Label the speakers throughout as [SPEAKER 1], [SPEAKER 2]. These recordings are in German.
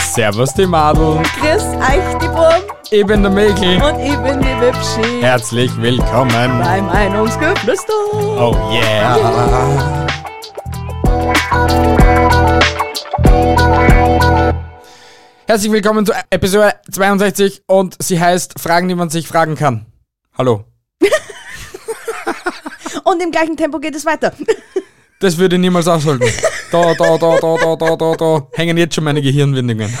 [SPEAKER 1] Servus die Madel,
[SPEAKER 2] Chris Eichtiburm
[SPEAKER 1] ich bin der Mikl.
[SPEAKER 2] und ich bin die Wipschi
[SPEAKER 1] Herzlich willkommen.
[SPEAKER 2] bei Meinungsgeflüster.
[SPEAKER 1] Oh yeah. Herzlich willkommen zu Episode 62 und sie heißt Fragen, die man sich fragen kann. Hallo.
[SPEAKER 2] Und im gleichen Tempo geht es weiter.
[SPEAKER 1] Das würde ich niemals aushalten. Da, da, da, da, da, da, da, da. Hängen jetzt schon meine Gehirnwindungen.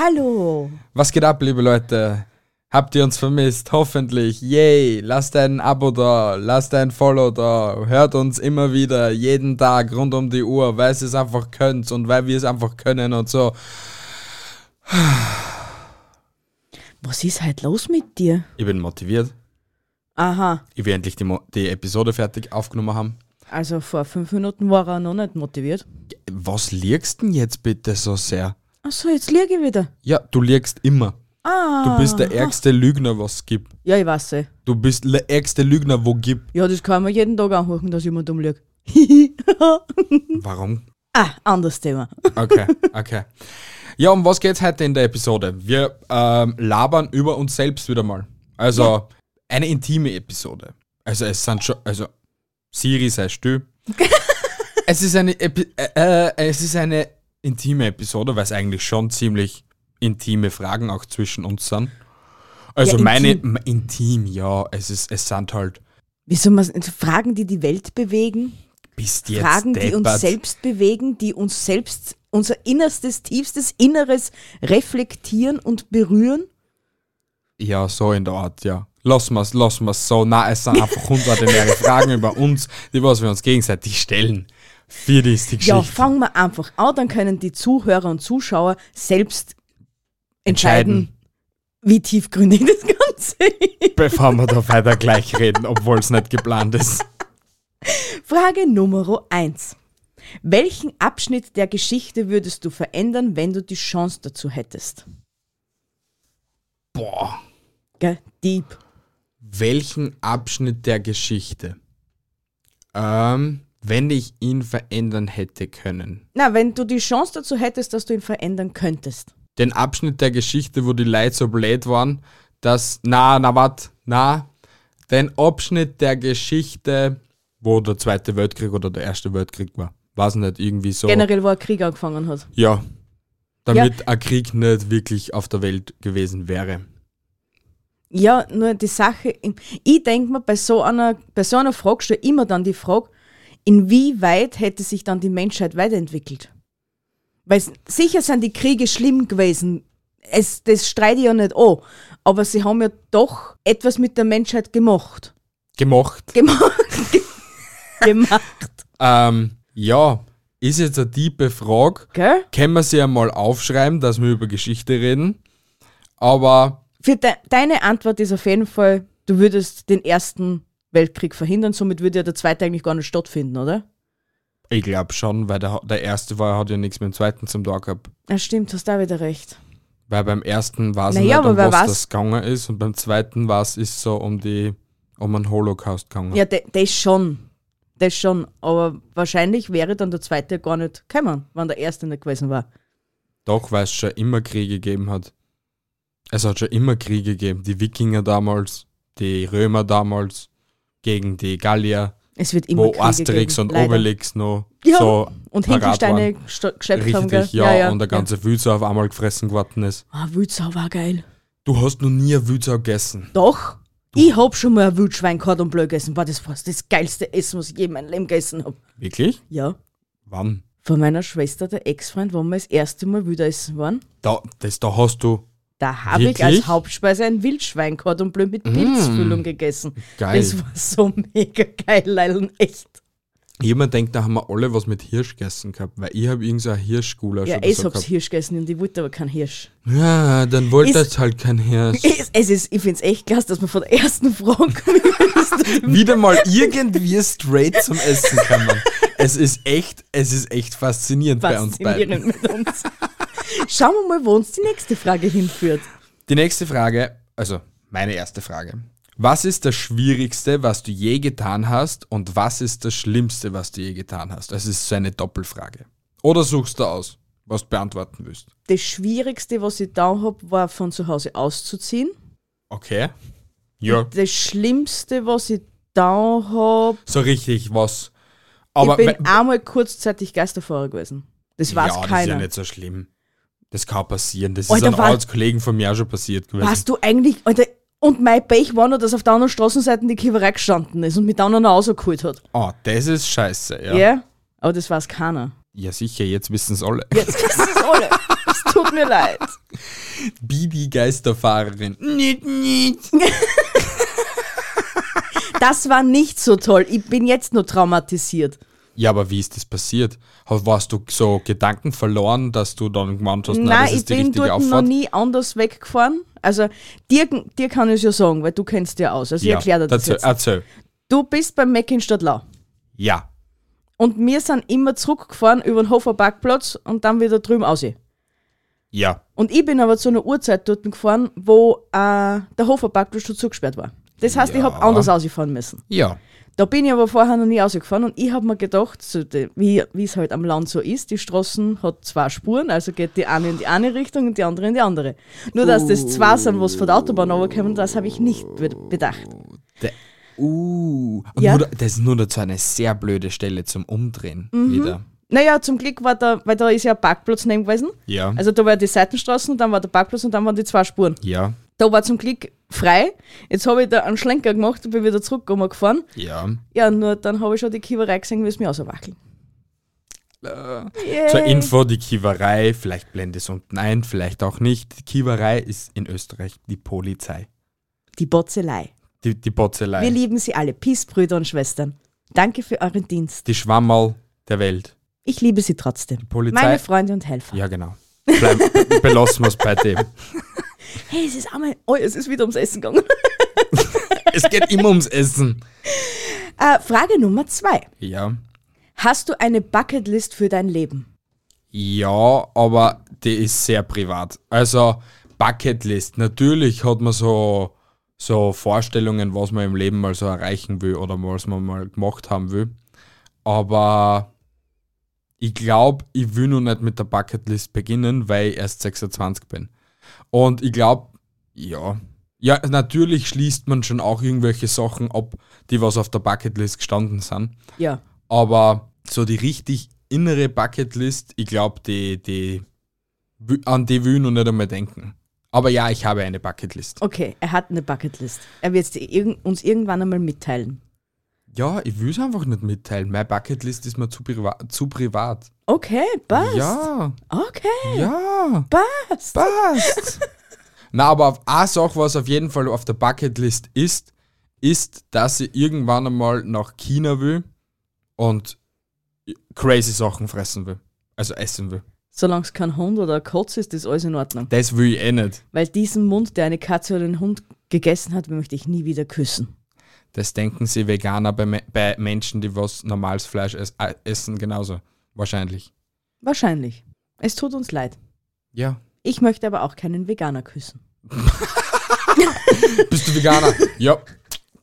[SPEAKER 2] Hallo.
[SPEAKER 1] Was geht ab, liebe Leute? Habt ihr uns vermisst? Hoffentlich. Yay. Lasst ein Abo da. Lasst ein Follow da. Hört uns immer wieder. Jeden Tag. Rund um die Uhr. Weil ihr es einfach könnt. Und weil wir es einfach können und so.
[SPEAKER 2] Was ist halt los mit dir?
[SPEAKER 1] Ich bin motiviert.
[SPEAKER 2] Aha,
[SPEAKER 1] Ich will endlich die, Mo- die Episode fertig aufgenommen haben.
[SPEAKER 2] also vor fünf Minuten war er noch nicht motiviert.
[SPEAKER 1] Was liegst denn jetzt bitte so sehr?
[SPEAKER 2] Achso, jetzt liege ich wieder.
[SPEAKER 1] Ja, du liegst immer.
[SPEAKER 2] Ah.
[SPEAKER 1] Du bist der ärgste Lügner, was es gibt.
[SPEAKER 2] Ja, ich weiß eh.
[SPEAKER 1] Du bist der ärgste Lügner, wo gibt.
[SPEAKER 2] Ja, das kann man jeden Tag anhören, dass jemand umliegt.
[SPEAKER 1] Warum
[SPEAKER 2] ah, anderes Thema.
[SPEAKER 1] Okay, okay. Ja, um was geht's heute in der Episode? Wir ähm, labern über uns selbst wieder mal. Also eine intime Episode. Also es sind schon, also Siri sei still. es ist eine Epi äh, äh, es ist eine intime Episode, weil es eigentlich schon ziemlich intime Fragen auch zwischen uns sind. Also
[SPEAKER 2] Ja,
[SPEAKER 1] meine
[SPEAKER 2] intim.
[SPEAKER 1] m- intim, ja, es ist es sind halt
[SPEAKER 2] Wieso man Fragen, die die Welt bewegen?
[SPEAKER 1] bist jetzt
[SPEAKER 2] Fragen, die uns
[SPEAKER 1] deppert.
[SPEAKER 2] selbst bewegen, die uns selbst, unser innerstes, tiefstes Inneres reflektieren und berühren.
[SPEAKER 1] Ja, so in der Art, ja. Lass mal's, lass mal's so. Na, es sind einfach hundertmehrere Fragen über uns, die was wir uns gegenseitig stellen. Für die ist die Geschichte.
[SPEAKER 2] Ja, fangen wir einfach an, dann können die Zuhörer und Zuschauer selbst entscheiden, wie tiefgründig das Ganze ist.
[SPEAKER 1] Bevor wir da weiter gleich reden, obwohl es nicht geplant ist.
[SPEAKER 2] Frage Nummer 1. Welchen Abschnitt der Geschichte würdest du verändern, wenn du die Chance dazu hättest?
[SPEAKER 1] Boah.
[SPEAKER 2] Gell? Deep.
[SPEAKER 1] Welchen Abschnitt der Geschichte? Ähm, wenn ich ihn verändern hätte können.
[SPEAKER 2] Na, wenn du die Chance dazu hättest, dass du ihn verändern könntest.
[SPEAKER 1] Den Abschnitt der Geschichte, wo die Leute so blöd waren, dass, na, na, wat, na. Den Abschnitt der Geschichte, wo der Zweite Weltkrieg oder der Erste Weltkrieg war. Weiß nicht, irgendwie so.
[SPEAKER 2] Generell, wo ein Krieg angefangen hat.
[SPEAKER 1] Ja. Damit ein Krieg nicht wirklich auf der Welt gewesen wäre.
[SPEAKER 2] Ja, nur die Sache, ich denke mir, bei so einer, bei so einer Frage stelle ich immer dann die Frage, inwieweit hätte sich dann die Menschheit weiterentwickelt? Weil s- sicher sind die Kriege schlimm gewesen. Es, das streite ich ja nicht an. Aber sie haben ja doch etwas mit der Menschheit gemacht.
[SPEAKER 1] Gemacht.
[SPEAKER 2] Gemacht. gemacht.
[SPEAKER 1] Ähm, ja, ist jetzt eine tiefe Frage.
[SPEAKER 2] Gell?
[SPEAKER 1] Können wir sie einmal aufschreiben, dass wir über Geschichte reden? Aber
[SPEAKER 2] Für de deine Antwort ist auf jeden Fall, du würdest den Ersten Weltkrieg verhindern, somit würde ja der Zweite eigentlich gar nicht stattfinden, oder?
[SPEAKER 1] ich glaube schon, weil der, der erste war, hat ja nichts mit dem zweiten zum Tag gehabt.
[SPEAKER 2] Ja, stimmt, hast da wieder recht.
[SPEAKER 1] Weil beim ersten war es
[SPEAKER 2] Naja,
[SPEAKER 1] nicht,
[SPEAKER 2] aber
[SPEAKER 1] um
[SPEAKER 2] wer
[SPEAKER 1] was
[SPEAKER 2] weiß-
[SPEAKER 1] das gegangen ist und beim zweiten war es ist so um die um einen Holocaust gegangen.
[SPEAKER 2] Ja, de- das schon. Das schon. Aber wahrscheinlich wäre dann der zweite gar nicht gekommen, wenn der erste nicht gewesen war.
[SPEAKER 1] Doch, weil es schon immer Kriege gegeben hat. Es hat schon immer Kriege gegeben. Die Wikinger damals, die Römer damals, gegen die Gallier,
[SPEAKER 2] Es wird immer
[SPEAKER 1] wo
[SPEAKER 2] Kriege
[SPEAKER 1] Asterix
[SPEAKER 2] geben,
[SPEAKER 1] und
[SPEAKER 2] leider.
[SPEAKER 1] Obelix noch
[SPEAKER 2] Ja,
[SPEAKER 1] so
[SPEAKER 2] und
[SPEAKER 1] parat
[SPEAKER 2] Hinkelsteine
[SPEAKER 1] waren.
[SPEAKER 2] gesta- geschleppt haben. Gell?
[SPEAKER 1] Richtig, ja, und der ganze Wülzer auf einmal gefressen geworden ist.
[SPEAKER 2] Ah, Wildsau war geil.
[SPEAKER 1] Du hast noch nie ein Wülzer gegessen.
[SPEAKER 2] Doch, ich hab schon mal ein Wildschwein gehabt und Blö gegessen. War das was das geilste Essen, was ich je in meinem Leben gegessen hab.
[SPEAKER 1] Wirklich?
[SPEAKER 2] Ja.
[SPEAKER 1] Wann?
[SPEAKER 2] Von meiner Schwester, der Ex-Freund, wo wir das erste Mal wieder essen waren,
[SPEAKER 1] Da, das, da hast du
[SPEAKER 2] da habe ich
[SPEAKER 1] Wirklich? Mm.
[SPEAKER 2] als Hauptspeise ein Wildschwein gehabt und Blö mit Pilzfüllung gegessen.
[SPEAKER 1] Geil.
[SPEAKER 2] Das war so mega geil, Leil, echt.
[SPEAKER 1] Jemand denkt, da haben wir alle was mit Hirsch gegessen gehabt, weil ich habe irgendein Hirschgulasch
[SPEAKER 2] Ja, eh
[SPEAKER 1] oder
[SPEAKER 2] ich
[SPEAKER 1] so
[SPEAKER 2] hab's
[SPEAKER 1] gehabt.
[SPEAKER 2] Hirsch gegessen und ich wollte aber keinen Hirsch.
[SPEAKER 1] Ja, dann wollte
[SPEAKER 2] Ist-
[SPEAKER 1] es halt kein Hirsch.
[SPEAKER 2] Es, es ist, ich find's echt klasse, dass man von der ersten Frage
[SPEAKER 1] wieder mal irgendwie straight zum Essen kommen. Es ist echt, es ist echt faszinierend, bei uns beiden.
[SPEAKER 2] faszinierend mit uns. Schauen wir mal, wo uns die nächste Frage hinführt.
[SPEAKER 1] Die nächste Frage, also meine erste Frage. Was ist das Schwierigste, was du je getan hast und was ist das Schlimmste, was du je getan hast? Das ist so eine Doppelfrage. Oder suchst du aus, was du beantworten willst.
[SPEAKER 2] Das Schwierigste, was ich da habe, war von zu Hause auszuziehen.
[SPEAKER 1] Okay. Ja.
[SPEAKER 2] Das Schlimmste, was ich da habe,
[SPEAKER 1] So richtig was.
[SPEAKER 2] ich
[SPEAKER 1] Aber
[SPEAKER 2] bin
[SPEAKER 1] we-
[SPEAKER 2] einmal kurzzeitig Geisterfahrer gewesen. Das weiß
[SPEAKER 1] ja, das ist
[SPEAKER 2] keiner. Oh,
[SPEAKER 1] ja nicht so schlimm. Das kann passieren. Das ist
[SPEAKER 2] Alter,
[SPEAKER 1] einem
[SPEAKER 2] was-
[SPEAKER 1] Arbeitskollegen von mir auch schon passiert gewesen.
[SPEAKER 2] Weißt du eigentlich, Alter, und mein Pech war nur, dass auf der anderen Straßenseite die Kiewerei gestanden ist und mich dann einer rausgeholt hat.
[SPEAKER 1] Ah, das ist scheiße, ja.
[SPEAKER 2] Ja. Aber das weiß keiner.
[SPEAKER 1] Ja, sicher, jetzt wissen es alle.
[SPEAKER 2] Jetzt wissen es alle. Es tut mir leid.
[SPEAKER 1] Bibi Geisterfahrerin. Nicht, nicht.
[SPEAKER 2] Das war nicht so toll. Ich bin jetzt nur traumatisiert.
[SPEAKER 1] Ja, aber wie ist das passiert? Ha- Warst du so Gedanken verloren, dass du dann gemeint hast, nein,
[SPEAKER 2] Nein,
[SPEAKER 1] das
[SPEAKER 2] ich
[SPEAKER 1] ist die
[SPEAKER 2] bin
[SPEAKER 1] richtige
[SPEAKER 2] dort noch
[SPEAKER 1] Auffahrt?
[SPEAKER 2] nie anders weggefahren. Also, dir, dir kann ich es ja sagen, weil du kennst ja aus. Also, ich erkläre dir das
[SPEAKER 1] erzähl,
[SPEAKER 2] jetzt.
[SPEAKER 1] erzähl.
[SPEAKER 2] Du bist beim Meck in Stadtlau.
[SPEAKER 1] Ja.
[SPEAKER 2] Und wir sind immer zurückgefahren über den Hofer Parkplatz und dann wieder drüben aus.
[SPEAKER 1] Ja.
[SPEAKER 2] Und ich bin aber zu einer Uhrzeit dort gefahren, wo äh, der Hofer Parkplatz schon zugesperrt war. Das heißt, ich habe
[SPEAKER 1] Ja.
[SPEAKER 2] anders ausgefahren müssen.
[SPEAKER 1] Ja.
[SPEAKER 2] Da bin ich aber vorher noch nie ausgefahren und ich habe mir gedacht, so de- wie es halt am Land so ist, die Straßen hat zwei Spuren, also geht die eine in die eine Richtung und die andere in die andere. Nur dass das zwei sind, was von der Autobahn runterkommen, das habe ich nicht be- bedacht.
[SPEAKER 1] Der, uh. Und
[SPEAKER 2] Ja.
[SPEAKER 1] nur, das ist nur dazu eine sehr blöde Stelle zum Umdrehen
[SPEAKER 2] Mhm.
[SPEAKER 1] wieder.
[SPEAKER 2] Naja, zum Glück war da, weil da ist ja ein Parkplatz neben gewesen.
[SPEAKER 1] Ja.
[SPEAKER 2] Also da war die Seitenstraße und dann war der Parkplatz und dann waren die zwei Spuren.
[SPEAKER 1] ja.
[SPEAKER 2] Da war zum Glück frei. Jetzt habe ich da einen Schlenker gemacht und bin wieder zurück gefahren.
[SPEAKER 1] Ja.
[SPEAKER 2] Ja, nur dann habe ich schon die Kiewerei gesehen, wie es mir Äh. auswackeln.
[SPEAKER 1] Zur Info, die Kiewerei, vielleicht blende es unten ein, vielleicht auch nicht. Die Kiewerei ist in Österreich die Polizei.
[SPEAKER 2] Die Botzelei.
[SPEAKER 1] Die, die
[SPEAKER 2] Wir
[SPEAKER 1] Botzelei.
[SPEAKER 2] lieben Sie alle. Peace, Brüder und Schwestern. Danke für euren Dienst.
[SPEAKER 1] Die Schwammerl der Welt.
[SPEAKER 2] Ich liebe Sie trotzdem.
[SPEAKER 1] Polizei-
[SPEAKER 2] Meine Freunde und Helfer.
[SPEAKER 1] Ja, genau. Bleib, be- belassen wir es bei dem.
[SPEAKER 2] Hey, es ist einmal. Oh, es ist wieder ums Essen gegangen.
[SPEAKER 1] Es geht immer ums Essen.
[SPEAKER 2] Äh, Frage Nummer zwei.
[SPEAKER 1] Ja.
[SPEAKER 2] Hast du eine Bucketlist für dein Leben?
[SPEAKER 1] Ja, aber die ist sehr privat. Also Bucketlist. Natürlich hat man so, so Vorstellungen, was man im Leben mal so erreichen will oder was man mal gemacht haben will. Aber ich glaube, ich will noch nicht mit der Bucketlist beginnen, weil ich erst 26 bin. Und ich glaube, ja. Ja, natürlich schließt man schon auch irgendwelche Sachen ab, die was auf der Bucketlist gestanden sind.
[SPEAKER 2] Ja.
[SPEAKER 1] Aber so die richtig innere Bucketlist, ich glaube, die, die, wü- an die will ich noch nicht einmal denken. Aber ja, ich habe eine Bucketlist.
[SPEAKER 2] Okay, er hat eine Bucketlist. Er wird sie irg uns irgendwann einmal mitteilen.
[SPEAKER 1] Ja, ich will es einfach nicht mitteilen. Meine Bucketlist ist mir zu, priva zu privat.
[SPEAKER 2] Okay, passt.
[SPEAKER 1] Ja,
[SPEAKER 2] Okay,
[SPEAKER 1] ja,
[SPEAKER 2] passt.
[SPEAKER 1] passt. Na, aber auf eine Sache, was auf jeden Fall auf der Bucketlist ist, ist, dass ich irgendwann einmal nach China will und crazy Sachen fressen will. Also essen will.
[SPEAKER 2] Solange es kein Hund oder ein Kotz ist, ist alles in Ordnung.
[SPEAKER 1] Das will ich eh nicht.
[SPEAKER 2] Weil diesen Mund, der eine Katze oder einen Hund gegessen hat, möchte ich nie wieder küssen.
[SPEAKER 1] Das denken sie Veganer bei, Me- bei Menschen, die was normales Fleisch es äh, essen, genauso. Wahrscheinlich.
[SPEAKER 2] Wahrscheinlich. Es tut uns leid.
[SPEAKER 1] Ja.
[SPEAKER 2] Ich möchte aber auch keinen Veganer küssen.
[SPEAKER 1] Bist du Veganer? ja.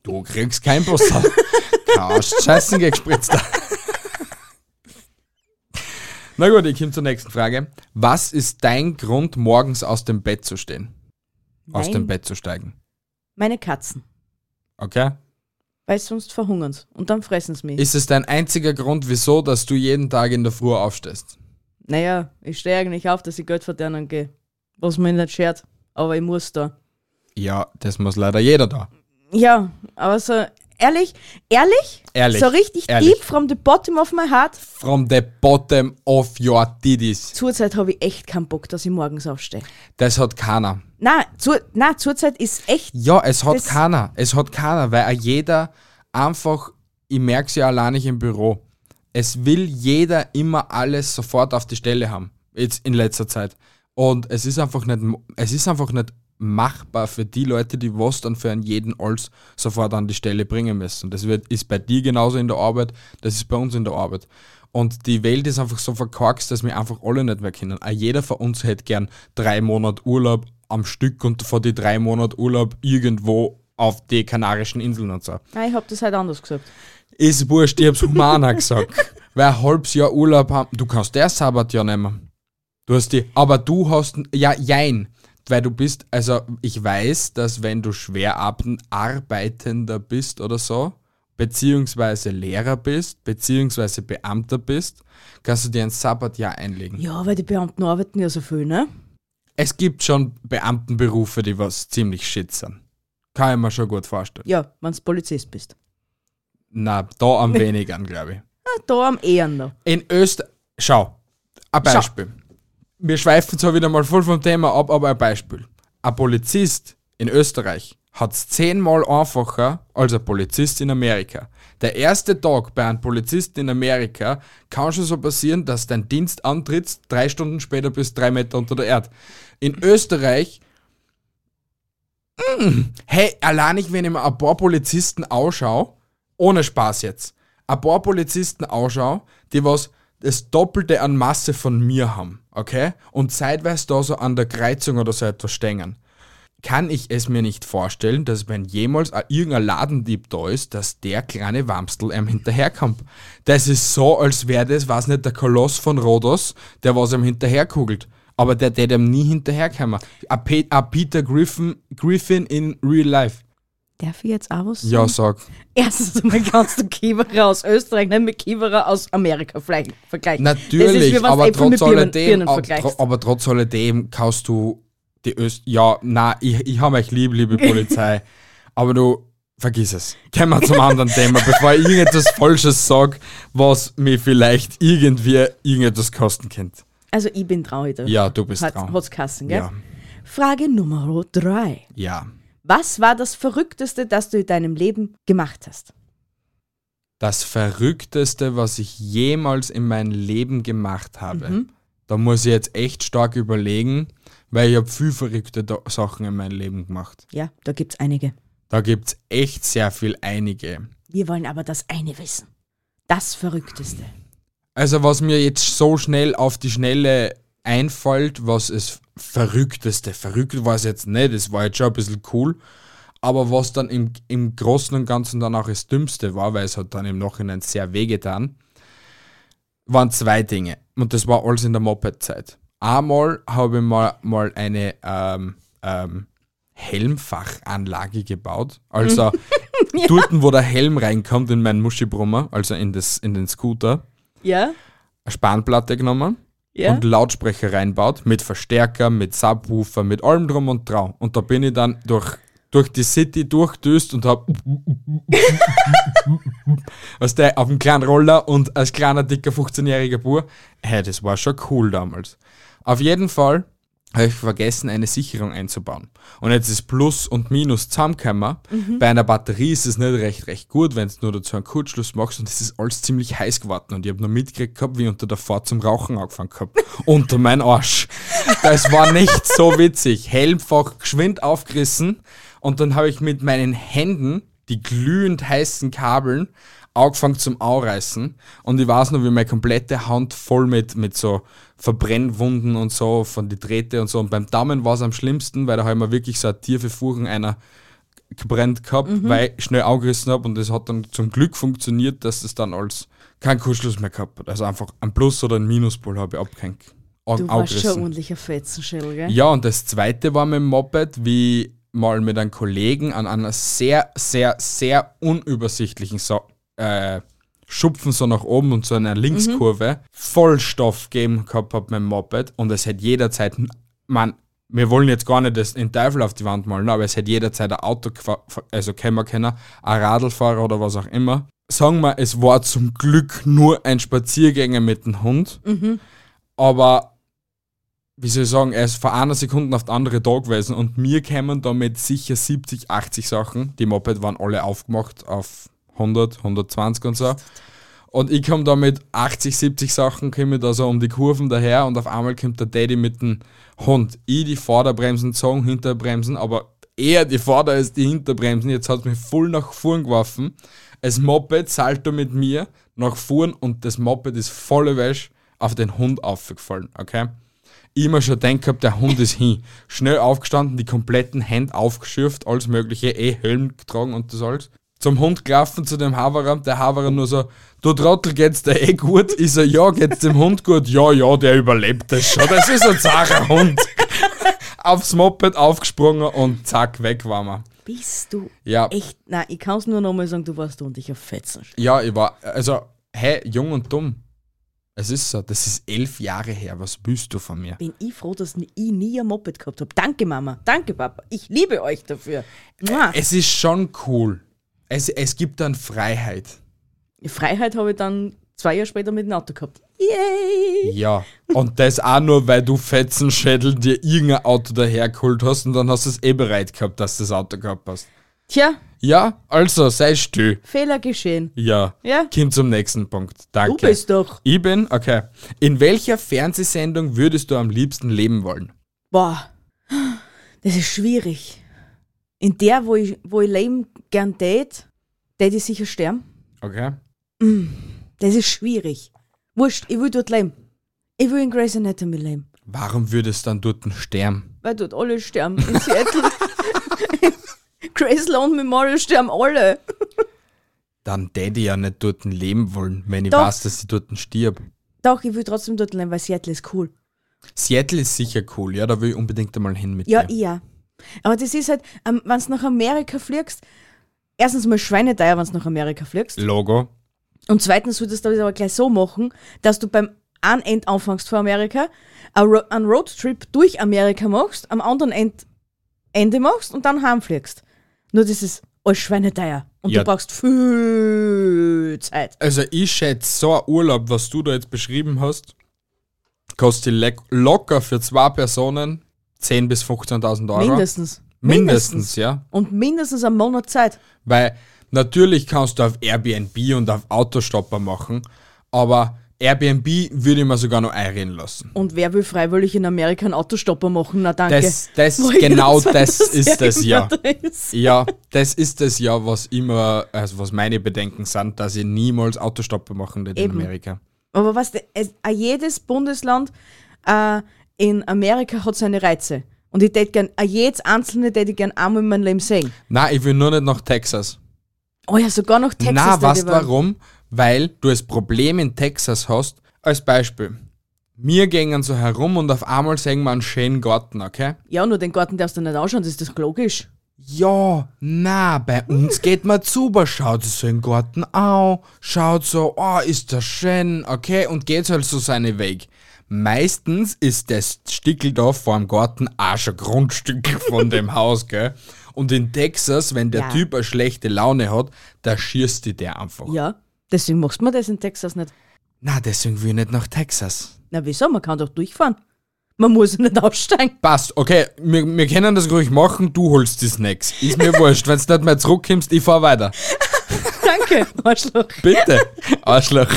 [SPEAKER 1] Du kriegst kein Buster. Kannst scheißen gespritzt. Na gut, ich komme zur nächsten Frage. Was ist dein Grund, morgens aus dem Bett zu stehen? Aus
[SPEAKER 2] Nein,
[SPEAKER 1] dem Bett zu steigen.
[SPEAKER 2] Meine Katzen.
[SPEAKER 1] Okay?
[SPEAKER 2] Weil sonst verhungern sie. Und dann fressen sie mich.
[SPEAKER 1] Ist es dein einziger Grund, wieso, dass du jeden Tag in der Früh aufstehst?
[SPEAKER 2] naja, ich stehe eigentlich auf, dass ich Geld verdienen gehe. Was mir nicht schert. Aber ich muss da.
[SPEAKER 1] Ja, das muss leider jeder da.
[SPEAKER 2] Ja, aber so ehrlich, ehrlich?
[SPEAKER 1] Ehrlich,
[SPEAKER 2] So richtig
[SPEAKER 1] ehrlich.
[SPEAKER 2] deep from the bottom of my heart.
[SPEAKER 1] From the bottom of your titties.
[SPEAKER 2] Zurzeit habe ich echt keinen Bock, dass ich morgens aufstehe.
[SPEAKER 1] Das hat keiner.
[SPEAKER 2] Na, zu, na, zurzeit ist echt.
[SPEAKER 1] Ja, es hat
[SPEAKER 2] Das-
[SPEAKER 1] keiner. Es hat keiner, weil auch jeder einfach, ich merke es ja allein nicht im Büro, es will jeder immer alles sofort auf die Stelle haben. Jetzt in letzter Zeit. Und es ist einfach nicht, es ist einfach nicht machbar für die Leute, die was dann für einen jeden alles sofort an die Stelle bringen müssen. Das wird, ist bei dir genauso in der Arbeit, das ist bei uns in der Arbeit. Und die Welt ist einfach so verkorkst, dass wir einfach alle nicht mehr kennen. Auch jeder von uns hätte gern drei Monate Urlaub am Stück und vor die drei Monate Urlaub irgendwo auf die Kanarischen Inseln und so.
[SPEAKER 2] Nein, ich habe das halt anders gesagt.
[SPEAKER 1] Ist wurscht, ich hab's humaner gesagt. Weil ein halbes Jahr Urlaub haben, du kannst der Sabbat ja nehmen. Du hast die, aber du hast, ja, jein. Weil du bist, also ich weiß, dass wenn du schwer ab- arbeitender bist oder so, beziehungsweise Lehrer bist, beziehungsweise Beamter bist, kannst du dir ein Sabbatjahr einlegen.
[SPEAKER 2] Ja, weil die Beamten arbeiten ja so viel, ne?
[SPEAKER 1] Es gibt schon Beamtenberufe, die was ziemlich shit sind. Kann ich mir schon gut vorstellen.
[SPEAKER 2] Ja, wenn du Polizist bist.
[SPEAKER 1] Na, da am wenigsten, glaube ich.
[SPEAKER 2] Na, Ah, da am Ehren noch.
[SPEAKER 1] In Österreich. Schau, ein
[SPEAKER 2] Schau.
[SPEAKER 1] Beispiel. Wir schweifen zwar wieder mal voll vom Thema ab, aber ein Beispiel. Ein Polizist in Österreich hat es zehnmal einfacher als ein Polizist in Amerika. Der erste Tag bei einem Polizisten in Amerika kann schon so passieren, dass dein Dienst antrittst, drei Stunden später bis drei Meter unter der Erde. In Österreich Hey, allein ich, wenn ich mir ein paar Polizisten ausschaue, ohne Spaß jetzt, ein paar Polizisten ausschaue, die was das Doppelte an Masse von mir haben, okay? Und zeitweise da so an der Kreuzung oder so etwas stehen. Kann ich es mir nicht vorstellen, dass wenn jemals ein- irgendein Ladendieb da ist, dass der kleine Wamstel einem hinterherkommt. Das ist so, als wäre das, weiß nicht, der Koloss von Rhodos, der was ihm hinterherkugelt. Aber der der ihm nie hinterherkommen. Ein, Pe ein Peter Griffin, Griffin in real life.
[SPEAKER 2] Darf ich jetzt auch was
[SPEAKER 1] Ja, sag.
[SPEAKER 2] Erstens einmal kannst du Kiewerer aus Österreich nicht mit Kiewerer aus Amerika vielleicht vergleichen. Das ist, wie
[SPEAKER 1] Natürlich,
[SPEAKER 2] wenn du
[SPEAKER 1] aber
[SPEAKER 2] Äpfel mit
[SPEAKER 1] trotz
[SPEAKER 2] Birnen,
[SPEAKER 1] alledem,
[SPEAKER 2] Birnen
[SPEAKER 1] aber,
[SPEAKER 2] vergleichst.
[SPEAKER 1] tro- aber trotz alledem kannst du die Öst. Ja, na, ich, ich habe euch lieb, liebe Polizei. aber du vergiss es. Gehen wir zum anderen Thema, bevor ich irgendetwas Falsches sage, was mir vielleicht irgendwie irgendetwas kosten könnte.
[SPEAKER 2] Also ich bin traurig. da.
[SPEAKER 1] Ja, du bist
[SPEAKER 2] Hat,
[SPEAKER 1] dran.
[SPEAKER 2] hat's Kassen, gell?
[SPEAKER 1] Ja,
[SPEAKER 2] Frage Nummer drei.
[SPEAKER 1] ja.
[SPEAKER 2] Was war das Verrückteste, das du in deinem Leben gemacht hast?
[SPEAKER 1] Das Verrückteste, was ich jemals in meinem Leben gemacht habe.
[SPEAKER 2] Mhm.
[SPEAKER 1] Da muss ich jetzt echt stark überlegen, weil ich habe viel verrückte Do- Sachen in meinem Leben gemacht.
[SPEAKER 2] Ja, da gibt's einige.
[SPEAKER 1] Da gibt es echt sehr viel einige.
[SPEAKER 2] Wir wollen aber das eine wissen. Das Verrückteste.
[SPEAKER 1] Also was mir jetzt so schnell auf die Schnelle einfällt, was es verrückteste, verrückt war es jetzt nicht, das war jetzt schon ein bisschen cool, aber was dann im, im Großen und Ganzen dann auch das Dümmste war, weil es hat dann im Nachhinein sehr wehgetan, waren zwei Dinge. Und das war alles in der Moped-Zeit. Einmal habe ich mal, mal eine ähm, ähm, Helmfachanlage gebaut. Also dort, wo der Helm reinkommt in meinen Muschibrummer, also in, das, in den Scooter
[SPEAKER 2] Ja?
[SPEAKER 1] eine Spanplatte genommen
[SPEAKER 2] Ja?
[SPEAKER 1] und Lautsprecher reinbaut mit Verstärker, mit Subwoofer, mit allem drum und drau. Und da bin ich dann durch, durch die City durchdüst und hab aus der auf dem kleinen Roller und als kleiner dicker 15-jähriger Bur. Hey, das war schon cool damals. Auf jeden Fall habe ich vergessen, eine Sicherung einzubauen. Und jetzt ist Plus und Minus zusammengekommen. Bei einer Batterie ist es nicht recht, recht gut, wenn du nur dazu einen Kurzschluss machst und es ist alles ziemlich heiß geworden. Und ich habe noch mitgekriegt gehabt, wie ich unter der Fahrt zum Rauchen angefangen gehabt. unter mein Arsch. Das war nicht so witzig. Helmfach geschwind aufgerissen und dann habe ich mit meinen Händen die glühend heißen Kabeln angefangen zum Aureißen und ich weiß noch, wie meine komplette Hand voll mit, mit so Verbrennwunden und so von die Drähte und so und beim Daumen war es am schlimmsten, weil da habe ich mir wirklich so eine tiefe Furchen einer gebrannt gehabt,
[SPEAKER 2] Mhm.
[SPEAKER 1] weil ich schnell angerissen habe und das hat dann zum Glück funktioniert, dass das dann als kein Kurzschluss mehr gehabt hat. Also einfach ein Plus- oder ein Minuspol habe ich abgehängt. an-
[SPEAKER 2] Du warst
[SPEAKER 1] angerissen.
[SPEAKER 2] schon ordentlicher Fetzenschädel, gell?
[SPEAKER 1] Ja, und das zweite war mit dem Moped, wie ich mal mit einem Kollegen an einer sehr, sehr, sehr unübersichtlichen so äh, Schupfen so nach oben und so einer Linkskurve Vollstoff geben gehabt hab mit dem Moped und es hätte jederzeit, man, wir wollen jetzt gar nicht das in Teufel auf die Wand malen, aber es hätte jederzeit ein Auto, gefa- also kämmer keiner, ein Radlfahrer oder was auch immer. Sagen wir, es war zum Glück nur ein Spaziergänger mit dem Hund,
[SPEAKER 2] Mhm.
[SPEAKER 1] aber wie soll ich sagen, er ist von einer Sekunde auf die andere da gewesen und mir kämen damit sicher 70, 80 Sachen. Die Moped waren alle aufgemacht auf 100, 120 und so. Und ich komme da mit 80, 70 Sachen, komme da so um die Kurven daher und auf einmal kommt der Daddy mit dem Hund. Ich die Vorderbremsen zogen, Hinterbremsen, aber eher die Vorder- als die Hinterbremsen. Jetzt hat es mich voll nach vorn geworfen. Das Moped salto mit mir nach vorn und das Moped ist volle Wäsche auf den Hund aufgefallen, okay? immer schon denkt hab, der Hund ist hin. Schnell aufgestanden, die kompletten Hände aufgeschürft, alles mögliche, eh Helm getragen und das alles. Zum Hund gelaufen, zu dem Haverer, der Haverer nur so, du Trottel, geht's dir eh gut? Ich so, ja, geht's dem Hund gut? Ja, ja, der überlebt das schon, das ist ein zacher Hund. Aufs Moped aufgesprungen und zack, weg waren wir.
[SPEAKER 2] Bist du
[SPEAKER 1] Ja,
[SPEAKER 2] echt. Nein, ich kann es nur nochmal sagen, du warst undicher Fetzen.
[SPEAKER 1] ja, ich war, also, hä, jung und dumm. Es ist so, das ist elf Jahre her, was willst du von mir?
[SPEAKER 2] Bin ich froh, dass ich nie ein Moped gehabt habe. Danke, Mama. Danke, Papa. Ich liebe euch dafür. Mua.
[SPEAKER 1] Es ist schon cool. Es, es gibt dann Freiheit.
[SPEAKER 2] Freiheit habe ich dann zwei Jahre später mit dem Auto gehabt. Yay!
[SPEAKER 1] Ja. Und das auch nur, weil du Fetzenschädel dir irgendein Auto dahergeholt hast und dann hast du es eh bereit gehabt, dass du das Auto gehabt hast.
[SPEAKER 2] Tja,
[SPEAKER 1] Ja, also sei still.
[SPEAKER 2] Fehler geschehen.
[SPEAKER 1] Ja.
[SPEAKER 2] Ja.
[SPEAKER 1] Komm zum nächsten Punkt.
[SPEAKER 2] Du
[SPEAKER 1] Danke.
[SPEAKER 2] bist doch.
[SPEAKER 1] ich bin, okay. In welcher Fernsehsendung würdest du am liebsten leben wollen?
[SPEAKER 2] Boah, das ist schwierig. In der, wo ich, wo ich leben gern tät, tät ich sicher sterben.
[SPEAKER 1] Okay.
[SPEAKER 2] Das ist schwierig. Wurscht, ich will dort leben. Ich will in Grey's Anatomy leben.
[SPEAKER 1] Warum würdest du dann dort sterben?
[SPEAKER 2] Weil dort alle sterben. In Seattle. Graceland Memorial sterben alle.
[SPEAKER 1] Dann hätte ich ja nicht dort leben wollen, wenn ich
[SPEAKER 2] Doch.
[SPEAKER 1] weiß, dass ich dort stirb.
[SPEAKER 2] Doch, ich will trotzdem dort leben, weil Seattle ist cool.
[SPEAKER 1] Seattle ist sicher cool, ja, da will ich unbedingt einmal hin mit
[SPEAKER 2] Ja,
[SPEAKER 1] dir.
[SPEAKER 2] ich ja. Aber das ist halt, ähm, wenn du nach Amerika fliegst, erstens mal Schweineteier, wenn du nach Amerika fliegst.
[SPEAKER 1] Logo.
[SPEAKER 2] Und zweitens würdest du das aber gleich so machen, dass du beim einen End anfängst vor Amerika, ein Ro- einen Roadtrip durch Amerika machst, am anderen End Ende machst und dann heimfliegst. Nur das ist alles schweineteuer. Und
[SPEAKER 1] Ja.
[SPEAKER 2] du brauchst viel Zeit.
[SPEAKER 1] Also ich schätze, so ein Urlaub, was du da jetzt beschrieben hast, kostet le- locker für zwei Personen 10.000 bis 15.000 Euro.
[SPEAKER 2] Mindestens.
[SPEAKER 1] Mindestens, ja.
[SPEAKER 2] Und mindestens einen Monat Zeit.
[SPEAKER 1] Weil natürlich kannst du auf Airbnb und auf Autostopper machen, aber Airbnb würde ich mir sogar noch einreden lassen.
[SPEAKER 2] Und wer will freiwillig in Amerika einen Autostopper machen? Na danke.
[SPEAKER 1] Das, das
[SPEAKER 2] Wo
[SPEAKER 1] genau
[SPEAKER 2] jeder
[SPEAKER 1] das
[SPEAKER 2] zweite
[SPEAKER 1] ist das ja.
[SPEAKER 2] Serienmörder ist.
[SPEAKER 1] Ja, das ist das ja, was immer, also was meine Bedenken sind, dass ich niemals Autostopper machen werde in
[SPEAKER 2] Eben.
[SPEAKER 1] Amerika.
[SPEAKER 2] Aber was, es, a jedes Bundesland äh, in Amerika hat seine Reize. Und ich tät gern, a jedes einzelne tät ich gern einmal in meinem Leben sehen.
[SPEAKER 1] Nein, ich will nur nicht nach Texas.
[SPEAKER 2] Oh ja, sogar noch Texas.
[SPEAKER 1] Na,
[SPEAKER 2] tät
[SPEAKER 1] weißt
[SPEAKER 2] ich
[SPEAKER 1] du
[SPEAKER 2] wollen.
[SPEAKER 1] warum? Weil du das Problem in Texas hast. Als Beispiel. Wir gingen so herum und auf einmal sehen wir einen schönen Garten, okay?
[SPEAKER 2] Ja, nur den Garten darfst du nicht anschauen, das ist das logisch.
[SPEAKER 1] Ja, na, bei uns geht man zu, aber schaut so in den Garten auch, schaut so, oh, ist das schön, okay, und geht halt so seinen Weg. Meistens ist das Stickeldorf vor dem Garten auch schon Grundstück von dem Haus, gell? Und in Texas, wenn der
[SPEAKER 2] Ja.
[SPEAKER 1] Typ eine schlechte Laune hat, da schießt die der einfach.
[SPEAKER 2] Ja, deswegen machst du mir das in Texas nicht.
[SPEAKER 1] Na, deswegen will ich nicht nach Texas.
[SPEAKER 2] Na wieso, man kann doch durchfahren. Man muss nicht aussteigen.
[SPEAKER 1] Passt, okay, wir, wir können das ruhig machen, du holst die Snacks. Ist mir wurscht, wenn du nicht mehr zurückkommst, ich fahr weiter.
[SPEAKER 2] Danke, Arschloch.
[SPEAKER 1] Bitte, Arschloch.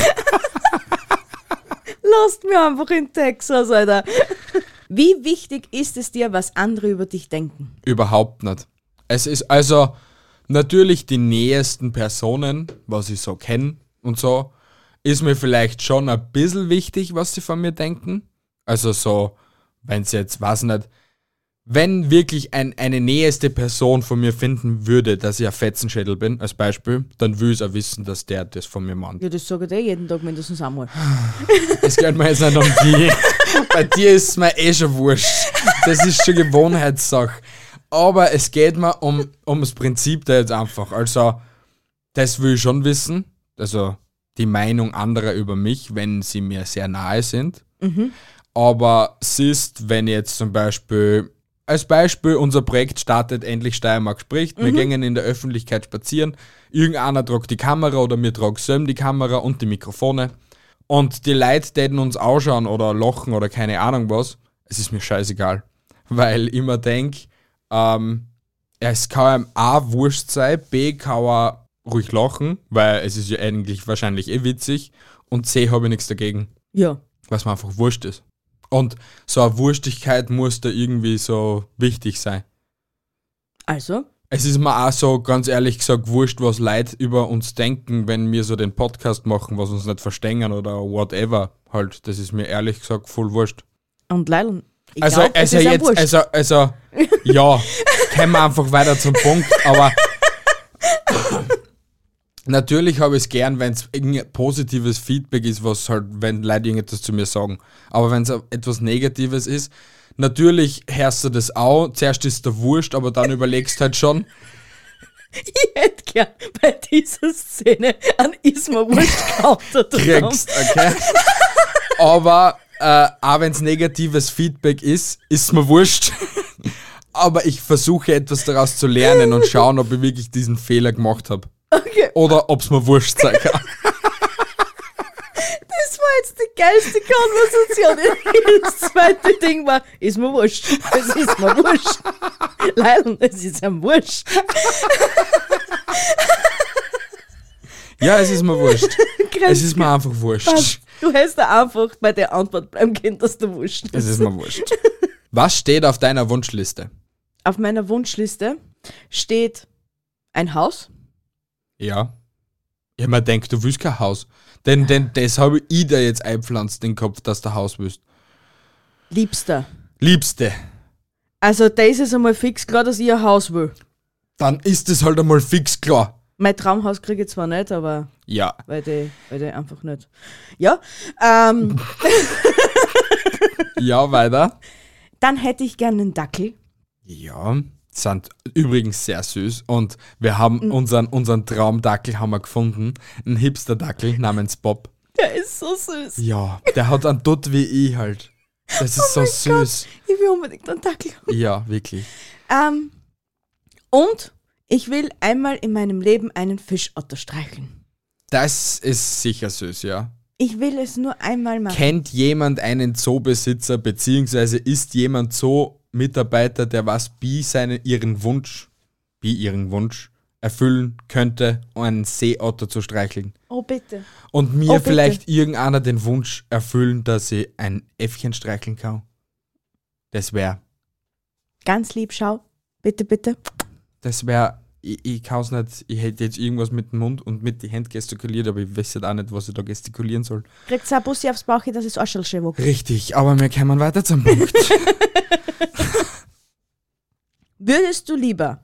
[SPEAKER 2] Lasst mir einfach in Texas, Alter. Wie wichtig ist es dir, was andere über dich denken?
[SPEAKER 1] Überhaupt nicht. Es ist also natürlich die nähesten Personen, was ich so kenne und so, ist mir vielleicht schon ein bisschen wichtig, was sie von mir denken. Also so, wenn sie jetzt, weiß nicht, wenn wirklich ein, eine näheste Person von mir finden würde, dass ich ein Fetzenschädel bin, als Beispiel, dann will ich auch wissen, dass der das von mir meint.
[SPEAKER 2] Ja, das sage ich dir jeden Tag mindestens einmal.
[SPEAKER 1] Es geht mir jetzt nicht um die. Bei dir ist es mir eh schon wurscht. Das ist schon Gewohnheitssache. Aber es geht mir um, um das Prinzip da jetzt einfach. Also, das will ich schon wissen. Also, die Meinung anderer über mich, wenn sie mir sehr nahe sind. Aber siehst, wenn jetzt zum Beispiel, als Beispiel, unser Projekt startet endlich Steiermark spricht, wir gingen in der Öffentlichkeit spazieren, irgendeiner tragt die Kamera oder mir tragt Söm die Kamera und die Mikrofone und die Leute täten uns ausschauen oder lachen oder keine Ahnung was. Es ist mir scheißegal, weil ich immer denk, ähm, es kann einem A wurscht sein, B kann er ruhig lachen, weil es ist ja eigentlich wahrscheinlich eh witzig und C habe ich nichts dagegen
[SPEAKER 2] Ja.
[SPEAKER 1] was mir einfach wurscht ist. Und so eine Wurstigkeit muss da irgendwie so wichtig sein.
[SPEAKER 2] Also,
[SPEAKER 1] Es ist mir auch so, ganz ehrlich gesagt, wurscht, was Leute über uns denken, wenn wir so den Podcast machen, was uns nicht verstehen oder whatever. Halt, das ist mir ehrlich gesagt voll wurscht.
[SPEAKER 2] Und leider Ich
[SPEAKER 1] Also,
[SPEAKER 2] glaub, das
[SPEAKER 1] also
[SPEAKER 2] ist auch
[SPEAKER 1] jetzt,
[SPEAKER 2] wurscht.
[SPEAKER 1] also, also, ja, kommen wir einfach weiter zum Punkt, aber natürlich habe ich es gern, wenn es irgendein positives Feedback ist, was halt, wenn Leute irgendetwas zu mir sagen. Aber wenn es etwas Negatives ist, natürlich hörst du das auch, zuerst ist der Wurscht, aber dann überlegst halt schon,
[SPEAKER 2] ich hätte gern bei dieser Szene an Isma Wurscht gehabt.
[SPEAKER 1] kriegst, okay? Aber äh, auch wenn es negatives Feedback ist, ist mir wurscht. Aber ich versuche etwas daraus zu lernen und schauen, ob ich wirklich diesen Fehler gemacht habe.
[SPEAKER 2] Okay,
[SPEAKER 1] Oder ob es mir wurscht sein kann.
[SPEAKER 2] das war jetzt die geilste Konversation. Das zweite Ding war, ist mir wurscht. Es ist mir wurscht. Leider, es ist einem wurscht.
[SPEAKER 1] Ja, es ist mir wurscht. Es ist mir einfach
[SPEAKER 2] Was?
[SPEAKER 1] wurscht.
[SPEAKER 2] Du hast da einfach bei der Antwort bleiben können, dass du wurscht.
[SPEAKER 1] Es ist mir wurscht. Was steht auf deiner Wunschliste?
[SPEAKER 2] Auf meiner Wunschliste steht ein Haus.
[SPEAKER 1] Ja. Ja, man denkt, du willst kein Haus. Denn, denn das habe ich dir jetzt einpflanzt in den Kopf, dass du Haus willst.
[SPEAKER 2] Liebster.
[SPEAKER 1] Liebste,
[SPEAKER 2] Also da ist es einmal fix klar, dass ich ein Haus will.
[SPEAKER 1] dann ist es halt einmal fix klar.
[SPEAKER 2] Mein Traumhaus kriege ich zwar nicht, aber
[SPEAKER 1] Ja.
[SPEAKER 2] weil die, weil die einfach nicht. Ja. Ähm,
[SPEAKER 1] Ja, weiter.
[SPEAKER 2] dann hätte ich gerne einen Dackel.
[SPEAKER 1] Ja, sind übrigens sehr süß und wir haben unseren, unseren Traumdackel haben wir gefunden. Ein Hipster-Dackel namens Bob.
[SPEAKER 2] Der ist so süß.
[SPEAKER 1] Ja, der hat einen Dutt wie ich halt. Das ist so süß.
[SPEAKER 2] Ich will unbedingt einen Dackel.
[SPEAKER 1] Ja, wirklich.
[SPEAKER 2] Ähm, und ich will einmal in meinem Leben einen Fischotter streicheln.
[SPEAKER 1] Das ist sicher süß, ja.
[SPEAKER 2] Ich will es nur einmal machen.
[SPEAKER 1] Kennt jemand einen Zoobesitzer, beziehungsweise ist jemand Zoo-Mitarbeiter, der was bi seinen ihren Wunsch, bi ihren Wunsch erfüllen könnte, einen Seeotter zu streicheln?
[SPEAKER 2] Oh bitte.
[SPEAKER 1] Und
[SPEAKER 2] Oh,
[SPEAKER 1] mir
[SPEAKER 2] bitte.
[SPEAKER 1] vielleicht irgendeiner den Wunsch erfüllen, dass ich ein Äffchen streicheln kann. Das wäre,
[SPEAKER 2] Ganz lieb, schau. Bitte, bitte.
[SPEAKER 1] das wäre, ich, ich kann es nicht, ich hätte jetzt irgendwas mit dem Mund und mit den Händen gestikuliert, aber ich weiß jetzt auch nicht, was ich da gestikulieren soll.
[SPEAKER 2] Kriegt's auch Bussi aufs Bauch, dass es auch schon schön wuchs.
[SPEAKER 1] Richtig, aber wir kommen weiter zum Punkt.
[SPEAKER 2] Würdest du lieber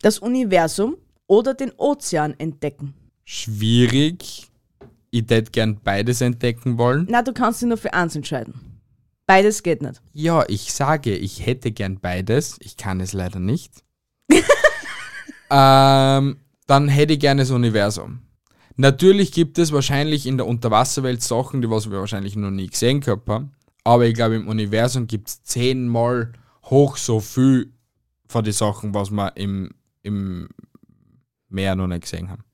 [SPEAKER 2] das Universum oder den Ozean entdecken?
[SPEAKER 1] Schwierig. Ich hätte gern beides entdecken wollen.
[SPEAKER 2] Na, du kannst dich nur für eins entscheiden. Beides geht nicht.
[SPEAKER 1] Ja, ich sage, ich hätte gern beides. Ich kann es leider nicht. ähm, dann hätte ich gern das Universum. Natürlich gibt es wahrscheinlich in der Unterwasserwelt Sachen, die was wir wahrscheinlich noch nie gesehen gehabt haben. Aber ich glaube, im Universum gibt es zehnmal hoch so viel von den Sachen, was wir im, im Meer noch nicht gesehen haben.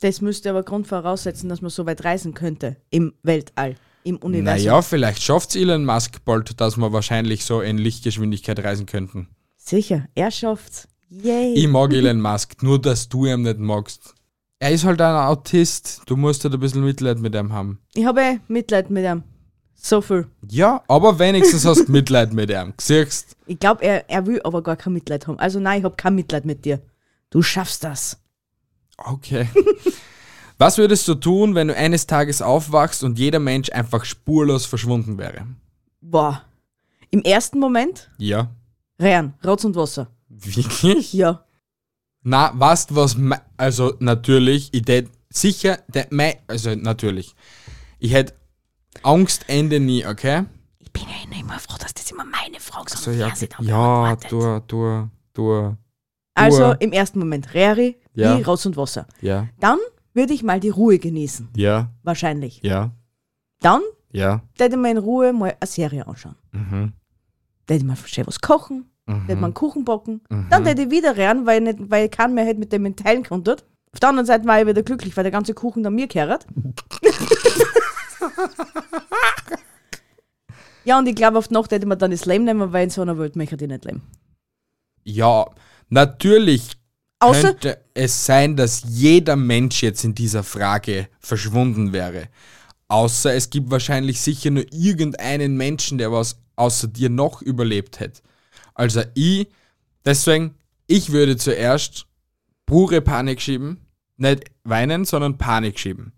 [SPEAKER 2] Das müsste aber Grund voraussetzen, dass man so weit reisen könnte im Weltall, im Universum.
[SPEAKER 1] Naja, vielleicht schafft Elon Musk bald, dass wir wahrscheinlich so in Lichtgeschwindigkeit reisen könnten.
[SPEAKER 2] Sicher, er schafft's. Yay.
[SPEAKER 1] Ich mag Elon Musk, nur dass du ihn nicht magst. Er ist halt ein Autist. Du musst halt ein bisschen Mitleid mit ihm haben.
[SPEAKER 2] Ich habe eh Mitleid mit ihm. So viel.
[SPEAKER 1] Ja, aber wenigstens hast du Mitleid mit ihm. Siehst
[SPEAKER 2] Ich glaube, er, er will aber gar kein Mitleid haben. Also nein, ich habe kein Mitleid mit dir. Du schaffst das.
[SPEAKER 1] Okay. Was würdest du tun, wenn du eines Tages aufwachst und jeder Mensch einfach spurlos verschwunden wäre?
[SPEAKER 2] Boah. Im ersten Moment,
[SPEAKER 1] Ja.
[SPEAKER 2] rein, Rotz und Wasser.
[SPEAKER 1] Wirklich?
[SPEAKER 2] Ja.
[SPEAKER 1] Na, weißt du, was, mei- also natürlich, ich hätte sicher, de, mei, also natürlich, ich hätte Angst Ende nie, okay?
[SPEAKER 2] Ich bin ja immer froh, dass das immer meine Frage ist.
[SPEAKER 1] So, ja, ja, du, du, du,
[SPEAKER 2] Also
[SPEAKER 1] Ruhe.
[SPEAKER 2] im ersten Moment Reri,
[SPEAKER 1] Ja.
[SPEAKER 2] wie Rotz und Wasser.
[SPEAKER 1] ja,
[SPEAKER 2] Dann würde ich mal die Ruhe genießen.
[SPEAKER 1] ja,
[SPEAKER 2] Wahrscheinlich.
[SPEAKER 1] ja,
[SPEAKER 2] Dann
[SPEAKER 1] ja,
[SPEAKER 2] würde ich mir in Ruhe mal eine Serie anschauen.
[SPEAKER 1] mhm,
[SPEAKER 2] Würde ich mal schön was kochen. Würde man
[SPEAKER 1] mhm,
[SPEAKER 2] einen Kuchen backen.
[SPEAKER 1] Mhm.
[SPEAKER 2] Dann hätte ich wieder rein, weil ich, nicht, weil ich keinen mehr hätte mit dem ich teilen konnte. Auf der anderen Seite war ich wieder glücklich, weil der ganze Kuchen dann mir gehört. ja, und ich glaube, auf die Nacht hätte man dann das Leben nehmen, weil in so einer Welt möchte ich nicht leben.
[SPEAKER 1] ja, natürlich
[SPEAKER 2] Außer,
[SPEAKER 1] könnte es sein, dass jeder Mensch jetzt in dieser Frage verschwunden wäre. Außer es gibt wahrscheinlich sicher nur irgendeinen Menschen, der was außer dir noch überlebt hätte. Also ich, deswegen, ich würde zuerst pure Panik schieben. Nicht weinen, sondern Panik schieben.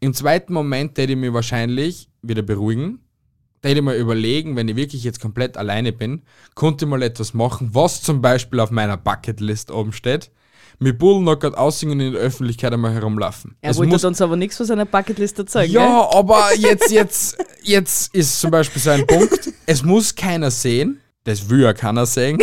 [SPEAKER 1] Im zweiten Moment hätte ich mich wahrscheinlich wieder beruhigen, da hätte ich mal überlegen, wenn ich wirklich jetzt komplett alleine bin, konnte ich mal etwas machen, was zum Beispiel auf meiner Bucketlist oben steht. Mit Bullnockert aussingen und in der Öffentlichkeit einmal herumlaufen.
[SPEAKER 2] Er
[SPEAKER 1] Es
[SPEAKER 2] wollte
[SPEAKER 1] muss-
[SPEAKER 2] uns aber nichts von seiner Bucketlist erzeugen.
[SPEAKER 1] ja, aber jetzt, jetzt, jetzt ist zum Beispiel so ein Punkt, es muss keiner sehen, das will ja keiner sehen,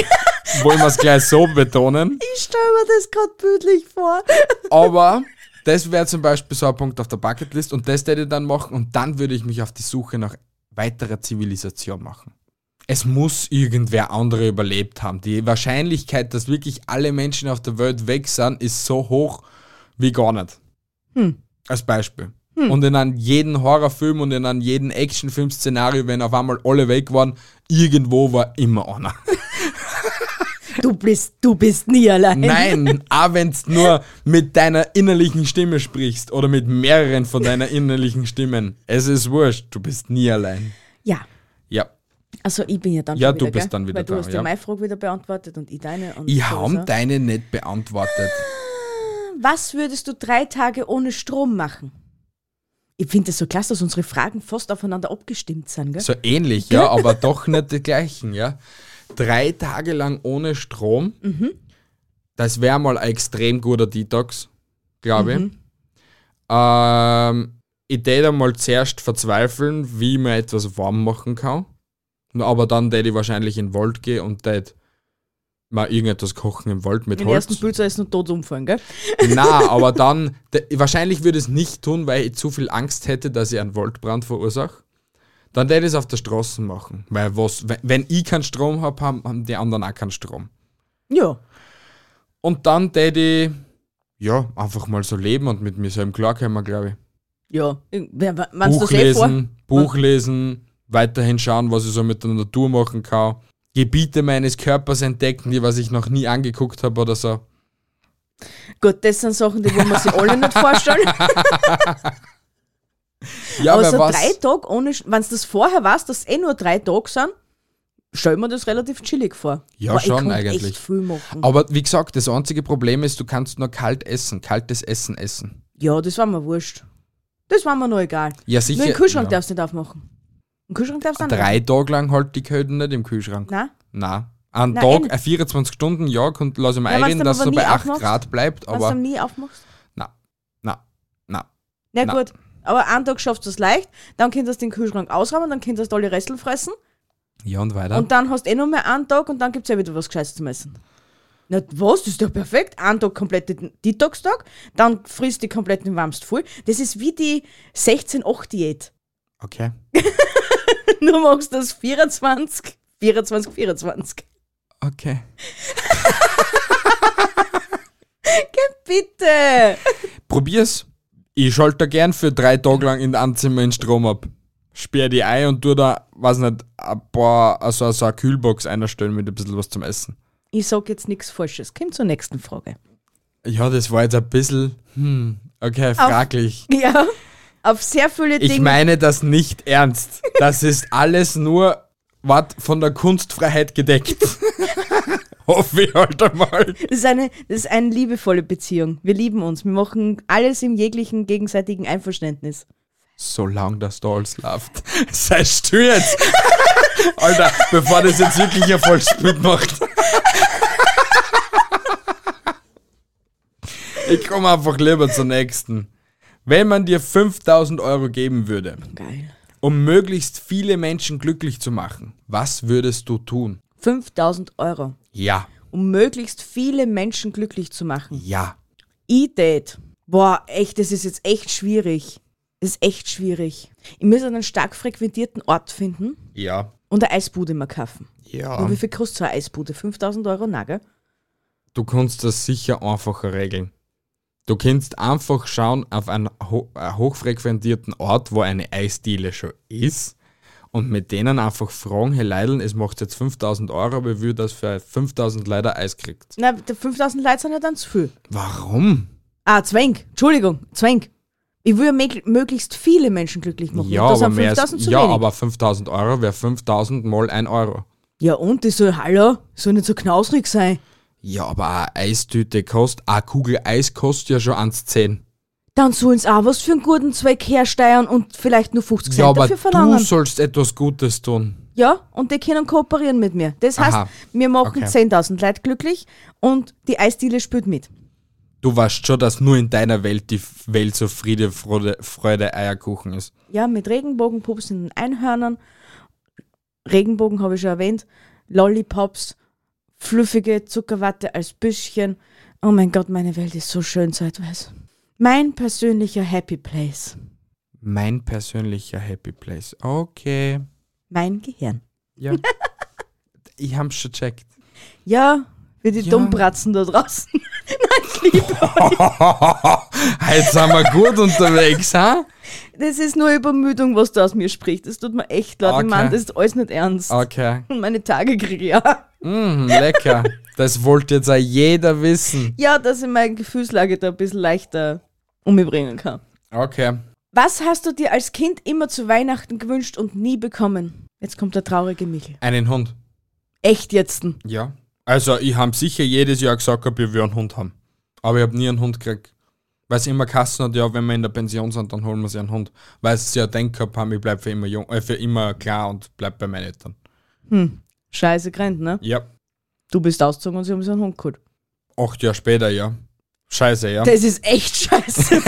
[SPEAKER 1] wollen wir es gleich so betonen,
[SPEAKER 2] Ich stelle mir das gerade bildlich vor.
[SPEAKER 1] aber das wäre zum Beispiel so ein Punkt auf der Bucketlist und das würde ich dann machen und dann würde ich mich auf die Suche nach weiterer Zivilisation machen. Es muss irgendwer andere überlebt haben. Die Wahrscheinlichkeit, dass wirklich alle Menschen auf der Welt weg sind, ist so hoch wie gar nicht.
[SPEAKER 2] Hm.
[SPEAKER 1] Als Beispiel. Und in an jeden Horrorfilm und in an jeden Actionfilm-Szenario, wenn auf einmal alle weg waren, irgendwo war immer einer.
[SPEAKER 2] Du bist, du bist nie allein.
[SPEAKER 1] Nein, auch wenn du nur mit deiner innerlichen Stimme sprichst oder mit mehreren von deiner innerlichen Stimmen. Es ist wurscht, du bist nie allein.
[SPEAKER 2] Ja.
[SPEAKER 1] Ja.
[SPEAKER 2] Also ich bin ja dann
[SPEAKER 1] Ja,
[SPEAKER 2] schon
[SPEAKER 1] du
[SPEAKER 2] wieder,
[SPEAKER 1] bist
[SPEAKER 2] gell?
[SPEAKER 1] dann wieder
[SPEAKER 2] Weil du
[SPEAKER 1] dran,
[SPEAKER 2] hast
[SPEAKER 1] ja.
[SPEAKER 2] ja meine Frage wieder beantwortet und ich deine. Und
[SPEAKER 1] Ich
[SPEAKER 2] sowieso.
[SPEAKER 1] habe deine nicht beantwortet.
[SPEAKER 2] Was würdest du drei Tage ohne Strom machen? Ich finde das so klasse, dass unsere Fragen fast aufeinander abgestimmt sind, gell?
[SPEAKER 1] So ähnlich, ja, aber doch nicht die gleichen, ja. Drei Tage lang ohne Strom, das wäre mal ein extrem guter Detox, glaube ich. Ähm, ich würde mal zuerst verzweifeln, wie man etwas warm machen kann. Aber dann würde ich wahrscheinlich in den Wald gehen und würde mal irgendetwas kochen im Wald mit
[SPEAKER 2] Im
[SPEAKER 1] Holz.
[SPEAKER 2] ersten Bild soll es nur tot umfallen, gell?
[SPEAKER 1] Na, aber dann, de, wahrscheinlich würde ich es nicht tun, weil ich zu viel Angst hätte, dass ich einen Waldbrand verursache. Dann würde ich es auf der Straße machen. Weil was, we- wenn ich keinen Strom habe, haben, haben die anderen auch keinen Strom.
[SPEAKER 2] Ja.
[SPEAKER 1] Und dann würde ich, ja, einfach mal so leben und mit mir selber klarkommen, glaube ich.
[SPEAKER 2] Ja. Wer- Meinst du
[SPEAKER 1] Buch
[SPEAKER 2] das eh vor?
[SPEAKER 1] lesen, Buch lesen, weiterhin schauen, was ich so mit der Natur machen kann. Gebiete meines Körpers entdecken, die was ich noch nie angeguckt habe oder so.
[SPEAKER 2] Gut, das sind Sachen, die wollen wir sich alle nicht vorstellen.
[SPEAKER 1] Ja,
[SPEAKER 2] Aber
[SPEAKER 1] wer
[SPEAKER 2] so
[SPEAKER 1] weiß.
[SPEAKER 2] drei Tage ohne, wenn du das vorher weißt, dass es eh nur drei Tage sind, stell mir das relativ chillig vor.
[SPEAKER 1] Ja,
[SPEAKER 2] Boah, ich
[SPEAKER 1] schon
[SPEAKER 2] konnte
[SPEAKER 1] eigentlich.
[SPEAKER 2] Echt viel machen.
[SPEAKER 1] Aber wie gesagt, das einzige Problem ist, du kannst nur kalt essen, kaltes Essen essen.
[SPEAKER 2] Ja, das war mir wurscht. Das war mir noch egal.
[SPEAKER 1] Ja, sicher.
[SPEAKER 2] Nur den Kühlschrank
[SPEAKER 1] ja.
[SPEAKER 2] darfst du nicht aufmachen. Den Kühlschrank darfst du auch nicht.
[SPEAKER 1] Drei Tage lang halt die Köden nicht im Kühlschrank.
[SPEAKER 2] Nein?
[SPEAKER 1] Na, einen
[SPEAKER 2] Nein,
[SPEAKER 1] Tag,
[SPEAKER 2] eh.
[SPEAKER 1] eine 24 Stunden Jagd und lass ich mir
[SPEAKER 2] Ja, wenn's
[SPEAKER 1] einreden,
[SPEAKER 2] dann
[SPEAKER 1] dass
[SPEAKER 2] aber
[SPEAKER 1] so
[SPEAKER 2] nie
[SPEAKER 1] bei 8
[SPEAKER 2] aufmachst,
[SPEAKER 1] Grad bleibt,
[SPEAKER 2] Wenn du
[SPEAKER 1] aber
[SPEAKER 2] ihn nie aufmachst?
[SPEAKER 1] na, na, na.
[SPEAKER 2] Na
[SPEAKER 1] Nein.
[SPEAKER 2] gut. Aber einen Tag schaffst du es leicht, dann könntest du den Kühlschrank ausräumen, dann könntest du alle Resteln fressen
[SPEAKER 1] Ja, und weiter.
[SPEAKER 2] und dann hast du eh noch mehr einen Tag und dann gibt es ja wieder was Gescheites zum Essen. Na was, das ist doch perfekt. Einen Tag komplett den Detox-Tag, dann frisst du komplett den Wamst voll. Das ist wie die 16-8-Diät.
[SPEAKER 1] okay.
[SPEAKER 2] Nur machst du das 24, 24, 24.
[SPEAKER 1] Okay.
[SPEAKER 2] Bitte!
[SPEAKER 1] Probier's. Ich schalte da gern für drei Tage lang in einem Zimmer den Strom ab. Sperr die ein und tu da, weiß nicht, ein paar, also so eine Kühlbox einstellen mit ein bisschen was zum Essen.
[SPEAKER 2] Ich sag jetzt nichts Falsches. Komm zur nächsten Frage.
[SPEAKER 1] Ja, das war jetzt ein bisschen, hm, okay, fraglich.
[SPEAKER 2] Ja. Auf sehr viele Dinge.
[SPEAKER 1] Ich meine das nicht ernst. Das ist alles nur was von der Kunstfreiheit gedeckt. Hoffe ich halt einmal.
[SPEAKER 2] Das ist, eine, das ist eine liebevolle Beziehung. Wir lieben uns. Wir machen alles im jeglichen gegenseitigen Einverständnis.
[SPEAKER 1] Solange das da alles läuft. Sei still jetzt. Alter, bevor das jetzt wirklich ein Vollspült macht. Ich komme einfach lieber zur nächsten. Wenn man dir 5000 Euro geben würde,
[SPEAKER 2] Geil.
[SPEAKER 1] um möglichst viele Menschen glücklich zu machen, was würdest du tun?
[SPEAKER 2] 5000 Euro,
[SPEAKER 1] Ja,
[SPEAKER 2] um möglichst viele Menschen glücklich zu machen.
[SPEAKER 1] ja.
[SPEAKER 2] E-Date. Boah, echt, das ist jetzt echt schwierig. Das ist echt schwierig. Ich muss einen stark frequentierten Ort finden
[SPEAKER 1] Ja.
[SPEAKER 2] und eine Eisbude mal kaufen.
[SPEAKER 1] Ja.
[SPEAKER 2] Und wie viel kostet so eine Eisbude? 5000 Euro? Na, gell?
[SPEAKER 1] Du kannst das sicher einfacher regeln. Du kannst einfach schauen auf einen ho äh, hochfrequentierten Ort, wo eine Eisdiele schon ist und mit denen einfach fragen, hey Leideln, es macht jetzt 5000 Euro, aber ich will, dass für 5000 Leider Eis kriegt.
[SPEAKER 2] Na, die 5000 Leute sind ja dann zu viel.
[SPEAKER 1] Warum?
[SPEAKER 2] Ah, Zwang. Entschuldigung, Zwang. Ich will ja mögl- möglichst viele Menschen glücklich machen.
[SPEAKER 1] Ja,
[SPEAKER 2] Und das
[SPEAKER 1] aber,
[SPEAKER 2] sind
[SPEAKER 1] mehr als,
[SPEAKER 2] 5000 zu
[SPEAKER 1] ja
[SPEAKER 2] wenig.
[SPEAKER 1] aber 5000 Euro wäre 5000 mal 1 Euro.
[SPEAKER 2] Ja, und das soll, hallo, soll nicht so knausrig sein.
[SPEAKER 1] Ja, aber eine Eistüte kostet, eine Kugel Eis kostet ja schon 1,10.
[SPEAKER 2] dann sollen sie auch was für einen guten Zweck hersteuern und vielleicht nur 50 Cent
[SPEAKER 1] Ja, aber
[SPEAKER 2] dafür verlangen.
[SPEAKER 1] du sollst etwas Gutes tun.
[SPEAKER 2] Ja, und die können kooperieren mit mir. Das heißt,
[SPEAKER 1] Aha.
[SPEAKER 2] wir machen
[SPEAKER 1] Okay.
[SPEAKER 2] 10.000 Leute glücklich und die Eisdiele spielt mit.
[SPEAKER 1] Du weißt schon, dass nur in deiner Welt die Welt so Friede, Freude, Freude Eierkuchen ist.
[SPEAKER 2] Ja, mit Regenbogenpups in den Einhörnern. Regenbogen habe ich schon erwähnt. Lollipops, fluffige Zuckerwatte als Büschchen. Oh mein Gott, meine Welt ist so schön zeitweise. Mein persönlicher Happy Place.
[SPEAKER 1] Mein persönlicher Happy Place. Okay.
[SPEAKER 2] Mein Gehirn.
[SPEAKER 1] Ja. ich hab's schon checkt.
[SPEAKER 2] Ja, für die
[SPEAKER 1] Ja.
[SPEAKER 2] Dummbratzen da draußen.
[SPEAKER 1] Heute sind wir gut unterwegs, ha?
[SPEAKER 2] Das ist nur Übermüdung, was du aus mir sprichst. Das tut mir echt leid.
[SPEAKER 1] Okay. Ah.
[SPEAKER 2] Ich meine, das ist alles nicht ernst.
[SPEAKER 1] Okay.
[SPEAKER 2] Und meine Tage kriege ich auch.
[SPEAKER 1] Mm, lecker. Das wollte jetzt auch jeder wissen.
[SPEAKER 2] Ja, dass ich meine Gefühlslage da ein bisschen leichter umbringen kann.
[SPEAKER 1] Okay.
[SPEAKER 2] Was hast du dir als Kind immer zu Weihnachten gewünscht und nie bekommen? Jetzt kommt der traurige Michel.
[SPEAKER 1] Einen Hund.
[SPEAKER 2] Echt jetzten.
[SPEAKER 1] Ja. Also, ich habe sicher jedes Jahr gesagt, gehabt, ich will einen Hund haben. Aber ich habe nie einen Hund gekriegt. Weil es immer Kassen hat, ja, wenn wir in der Pension sind, dann holen wir sich einen Hund. Weil sie ja denkt gehabt haben, ich bleib für immer jung, äh, für immer klar und bleib bei meinen Eltern.
[SPEAKER 2] Scheiße Grenz, ne?
[SPEAKER 1] Ja.
[SPEAKER 2] Du bist ausgezogen und sie haben so einen Hund geholt.
[SPEAKER 1] Acht Jahre später, ja. Scheiße, ja.
[SPEAKER 2] Das ist echt scheiße.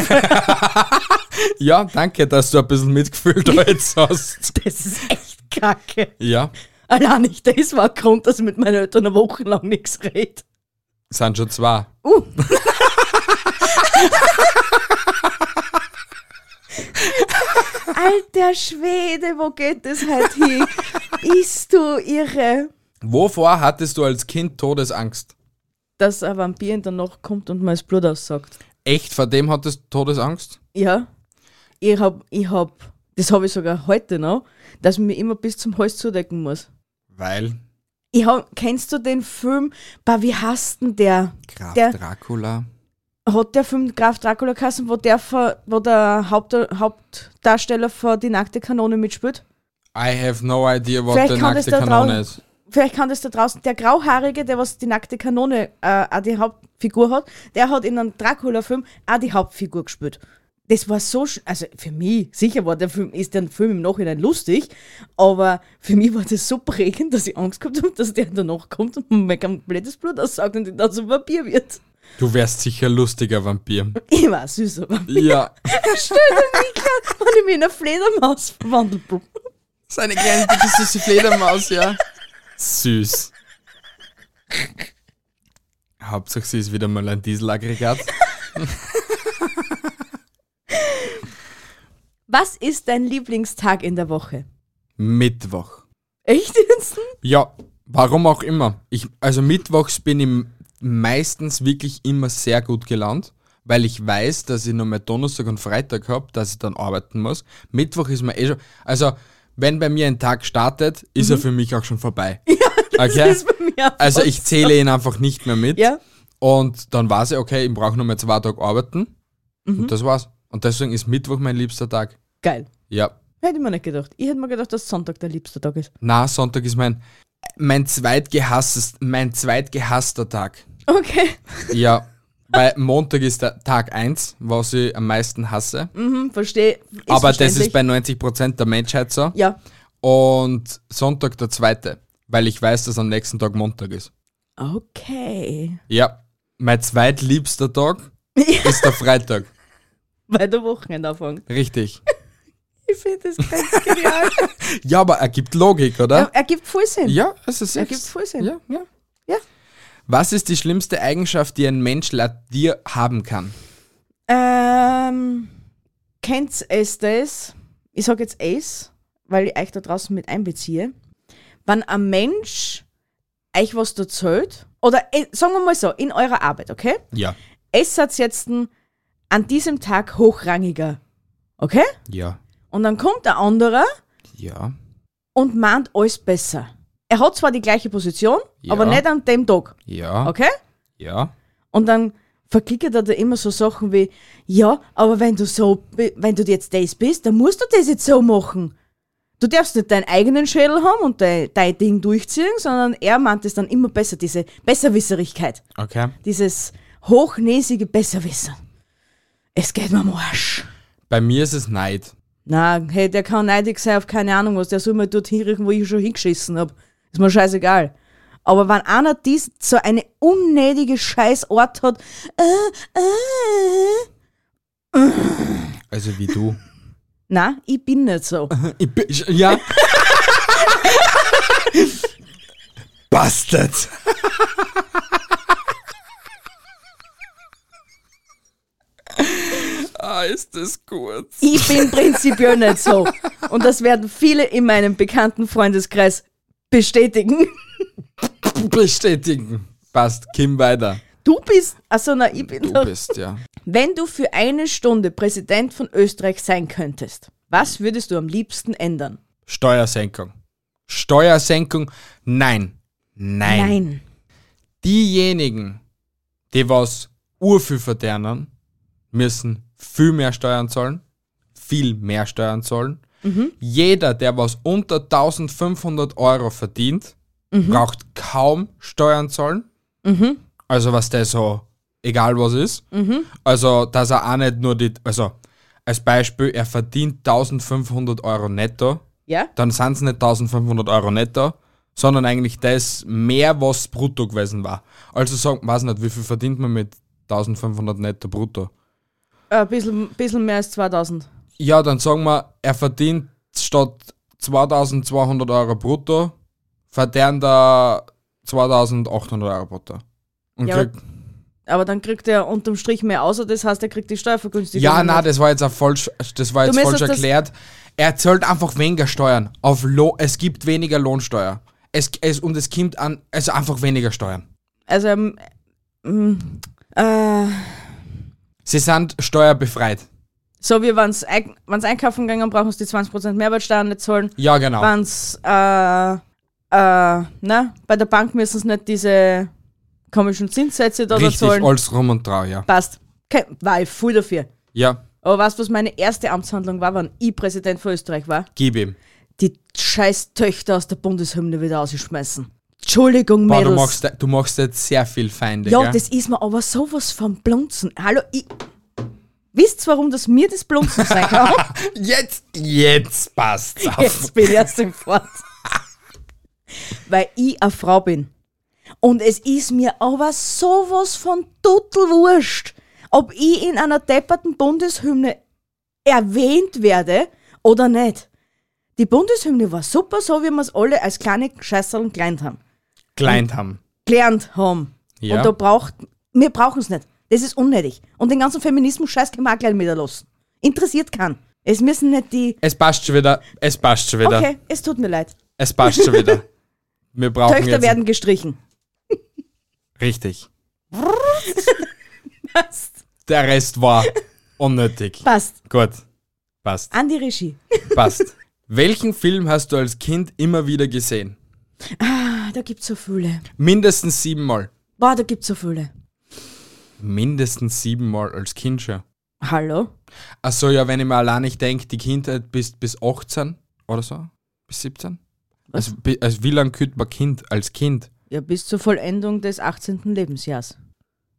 [SPEAKER 1] Ja, danke, dass du ein bisschen mitgefühlt da jetzt hast.
[SPEAKER 2] Das ist echt kacke.
[SPEAKER 1] Ja,
[SPEAKER 2] Allein nicht, das war ein Grund, dass ich mit meinen Eltern eine Woche lang nichts rede.
[SPEAKER 1] sind schon zwei.
[SPEAKER 2] Uh. Alter Schwede, wo geht das halt hin? Bist du irre?
[SPEAKER 1] Wovor hattest du als Kind Todesangst?
[SPEAKER 2] Dass ein Vampir in der Nacht kommt und mir das Blut aussaugt.
[SPEAKER 1] Echt, vor dem hattest du Todesangst?
[SPEAKER 2] Ja. Ich hab, ich hab, das habe ich sogar heute noch, dass ich mir immer bis zum Hals zudecken muss.
[SPEAKER 1] Weil
[SPEAKER 2] Ich hab, kennst du den Film, bah, wie heißt denn der?
[SPEAKER 1] Graf
[SPEAKER 2] Der-
[SPEAKER 1] Dracula.
[SPEAKER 2] Hat der Film Graf Dracula kassen, wo der, von- wo der Haupt, Hauptdarsteller von Die nackte Kanone mitspielt?
[SPEAKER 1] I have no idea, what
[SPEAKER 2] Vielleicht
[SPEAKER 1] the
[SPEAKER 2] kann das
[SPEAKER 1] nackte
[SPEAKER 2] da
[SPEAKER 1] Kanone
[SPEAKER 2] draußen-
[SPEAKER 1] ist.
[SPEAKER 2] Vielleicht kann das da draußen, der Grauhaarige, der was die nackte Kanone äh, auch die Hauptfigur hat, der hat in einem Dracula-Film auch die Hauptfigur gespielt. Das war so, sch- also für mich, sicher war der Film, ist der Film im Nachhinein lustig, aber für mich war das so prägend, dass ich Angst gehabt habe, dass der danach kommt und mir mein komplettes Blut aussaugt und ich dann so ein Vampir wird.
[SPEAKER 1] Du wärst sicher lustiger Vampir.
[SPEAKER 2] Ich war ein süßer Vampir.
[SPEAKER 1] Ja.
[SPEAKER 2] Stell dir nicht klar, wenn ich mich in eine Fledermaus verwandelt bin.
[SPEAKER 1] So eine kleine, dicke, süße Fledermaus, ja. Süß. Hauptsache, sie ist wieder mal ein Dieselaggregat.
[SPEAKER 2] Was ist dein Lieblingstag in der Woche?
[SPEAKER 1] Mittwoch.
[SPEAKER 2] Echt jetzt?
[SPEAKER 1] Ja, warum auch immer. Ich, also mittwochs bin ich meistens wirklich immer sehr gut gelaunt, weil ich weiß, dass ich noch mal Donnerstag und Freitag habe, dass ich dann arbeiten muss. Mittwoch ist mir eh schon. Also, wenn bei mir ein Tag startet, ist er für mich auch schon vorbei. Mhm. Ja, das okay?
[SPEAKER 2] Das ist bei mir auch
[SPEAKER 1] also
[SPEAKER 2] so.
[SPEAKER 1] ich zähle ihn einfach nicht mehr mit.
[SPEAKER 2] Ja.
[SPEAKER 1] Und dann weiß ich, okay, ich brauche noch mal zwei Tage arbeiten.
[SPEAKER 2] Mhm.
[SPEAKER 1] Und das war's. Und deswegen ist Mittwoch mein liebster Tag.
[SPEAKER 2] Geil.
[SPEAKER 1] Ja.
[SPEAKER 2] Hätte ich mir nicht gedacht. Ich hätte mir gedacht, dass Sonntag der liebste Tag ist.
[SPEAKER 1] Na, Sonntag ist mein, mein zweitgehasstes, mein zweitgehasster Tag.
[SPEAKER 2] Okay.
[SPEAKER 1] Ja, weil Montag ist der Tag 1, was ich am meisten hasse.
[SPEAKER 2] Mhm, verstehe. Ist
[SPEAKER 1] Aber das ist
[SPEAKER 2] verständlich.
[SPEAKER 1] bei 90% der Menschheit so.
[SPEAKER 2] Ja.
[SPEAKER 1] Und Sonntag der zweite, weil ich weiß, dass am nächsten Tag Montag ist.
[SPEAKER 2] Okay.
[SPEAKER 1] Ja, mein zweitliebster Tag ist der Freitag.
[SPEAKER 2] Weil der Wochenende anfängt.
[SPEAKER 1] Richtig.
[SPEAKER 2] Ich finde das ganz genial.
[SPEAKER 1] Ja, aber ergibt Logik,
[SPEAKER 2] Er,
[SPEAKER 1] oder?
[SPEAKER 2] er gibt voll Sinn.
[SPEAKER 1] Ja, es ist
[SPEAKER 2] Ergibt voll Sinn.
[SPEAKER 1] Ja, ja.
[SPEAKER 2] Ja.
[SPEAKER 1] Was ist die schlimmste Eigenschaft, die ein Mensch laut dir haben kann?
[SPEAKER 2] Ähm, kennt es das? Ich sage jetzt es, weil ich euch da draußen mit einbeziehe. Wenn ein Mensch euch was erzählt, oder äh, sagen wir mal so, in eurer Arbeit, okay?
[SPEAKER 1] Ja.
[SPEAKER 2] Es hat jetzt ein, an diesem Tag hochrangiger, okay?
[SPEAKER 1] Ja.
[SPEAKER 2] Und dann kommt der andere
[SPEAKER 1] Ja.
[SPEAKER 2] und meint alles besser. Er hat zwar die gleiche Position,
[SPEAKER 1] Ja.
[SPEAKER 2] aber nicht an dem Tag,
[SPEAKER 1] Ja.
[SPEAKER 2] okay?
[SPEAKER 1] Ja.
[SPEAKER 2] Und dann verklickert er da immer so Sachen wie, ja, aber wenn du so, bi- wenn du jetzt das bist, dann musst du das jetzt so machen. Du darfst nicht deinen eigenen Schädel haben und dein, dein Ding durchziehen, sondern er meint es dann immer besser, diese Besserwisserigkeit,
[SPEAKER 1] Okay.
[SPEAKER 2] dieses hochnäsige Besserwisser. Es geht mir am Arsch.
[SPEAKER 1] Bei mir ist es Neid.
[SPEAKER 2] Na, hey, der kann neidig sein auf keine Ahnung was. Der soll mir dort hinrichten, wo ich schon hingeschissen hab. Ist mir scheißegal. Aber wenn einer dies so eine unnötige Scheißart hat, äh, äh,
[SPEAKER 1] Also wie du.
[SPEAKER 2] na, ich bin nicht so.
[SPEAKER 1] Ich bin, ich- ja. Bastard. ah, ist das gut.
[SPEAKER 2] Ich bin prinzipiell nicht so. Und das werden viele in meinem bekannten Freundeskreis bestätigen.
[SPEAKER 1] Bestätigen. Passt, Kim weiter.
[SPEAKER 2] Du bist, also na, ich bin
[SPEAKER 1] Du
[SPEAKER 2] doch-
[SPEAKER 1] bist, ja.
[SPEAKER 2] Wenn du für eine Stunde Präsident von Österreich sein könntest, was würdest du am liebsten ändern?
[SPEAKER 1] Steuersenkung. Steuersenkung, nein. Nein. Diejenigen, die was urviel verdienen, müssen viel mehr Steuern zahlen. Viel mehr Steuern zahlen. Jeder, der was unter 1500 Euro verdient, braucht kaum Steuern zahlen. Also was der so, egal was ist. Also, dass er auch nicht nur die, also als Beispiel, er verdient 1500 Euro netto
[SPEAKER 2] Ja?
[SPEAKER 1] dann sind es nicht 1500 Euro netto, sondern eigentlich das mehr, was brutto gewesen war. Also sagen, weiß nicht, wie viel verdient man mit 1500 netto brutto?
[SPEAKER 2] Ein bisschen, bisschen mehr als 2000.
[SPEAKER 1] Ja, dann sagen wir, er verdient statt 2200 Euro brutto, verdient er 2800 Euro brutto. Und
[SPEAKER 2] Ja,
[SPEAKER 1] ja,
[SPEAKER 2] aber-
[SPEAKER 1] kriegt,
[SPEAKER 2] Aber dann kriegt er unterm Strich mehr, außer das heißt, er kriegt die Steuervergünstigung.
[SPEAKER 1] ja
[SPEAKER 2] nicht.
[SPEAKER 1] nein, das war jetzt auch falsch, das war jetzt
[SPEAKER 2] müsstest
[SPEAKER 1] falsch
[SPEAKER 2] das-
[SPEAKER 1] erklärt. Er zahlt einfach weniger Steuern. Auf Lo es gibt weniger Lohnsteuer. Es, es, und es kommt an, also einfach weniger Steuern.
[SPEAKER 2] Also, ähm, ähm, äh,
[SPEAKER 1] Sie sind steuerbefreit.
[SPEAKER 2] so wie wenn es einkaufen gegangen, brauchen sie die 20% Mehrwertsteuer nicht zahlen.
[SPEAKER 1] Ja, genau.
[SPEAKER 2] Wenn es, äh, äh, na, bei der Bank müssen sie nicht diese komischen Zinssätze da da
[SPEAKER 1] Richtig,
[SPEAKER 2] zahlen.
[SPEAKER 1] alles rum und drau, ja.
[SPEAKER 2] Passt. Kein, war ich voll dafür.
[SPEAKER 1] Ja,
[SPEAKER 2] Aber weißt du, was meine erste Amtshandlung war, wenn ich Präsident von Österreich war?
[SPEAKER 1] gib ihm.
[SPEAKER 2] Die scheiß Töchter aus der Bundeshymne wieder rausschmeißen. Entschuldigung,
[SPEAKER 1] Boah,
[SPEAKER 2] Mädels.
[SPEAKER 1] du, machst, du machst jetzt sehr viel Feinde,
[SPEAKER 2] ja,
[SPEAKER 1] gell?
[SPEAKER 2] das ist mir aber sowas vom Blunzen. Hallo, ich... Wisst warum das mir das Blunzen sein kann?
[SPEAKER 1] jetzt, jetzt passt's auf.
[SPEAKER 2] Jetzt bin ich erst im Fort. Weil ich eine Frau bin. Und es ist mir aber sowas von Tuttelwurscht, ob ich in einer depperten Bundeshymne erwähnt werde oder nicht. Die Bundeshymne war super, so wie wir es alle als kleine Scheißerl gelernt haben.
[SPEAKER 1] Kleint haben.
[SPEAKER 2] Gelernt haben.
[SPEAKER 1] Ja.
[SPEAKER 2] Und da braucht, wir brauchen es nicht. Das ist unnötig. Und den ganzen Feminismus-Scheiß können wir auch gleich wieder lassen. Interessiert keinen. Es müssen nicht die.
[SPEAKER 1] Es passt schon wieder, es passt schon wieder,
[SPEAKER 2] Okay, es tut mir leid.
[SPEAKER 1] es passt schon wieder. Wir brauchen
[SPEAKER 2] Töchter
[SPEAKER 1] jetzt...
[SPEAKER 2] werden gestrichen.
[SPEAKER 1] Richtig. Der Rest war unnötig.
[SPEAKER 2] Passt.
[SPEAKER 1] Gut, passt,
[SPEAKER 2] An die Regie.
[SPEAKER 1] passt. Welchen Film hast du als Kind immer wieder gesehen?
[SPEAKER 2] Ah, da gibt's so viele.
[SPEAKER 1] Mindestens siebenmal.
[SPEAKER 2] Boah, da gibt's so viele.
[SPEAKER 1] Mindestens siebenmal als Kind schon.
[SPEAKER 2] Hallo?
[SPEAKER 1] Achso, ja, wenn ich mir allein nicht denke, die Kindheit bis, bis 18 oder so, bis 17. Also, bi- also wie lange kühlt man Kind als Kind?
[SPEAKER 2] Ja, bis zur Vollendung des 18. Lebensjahrs.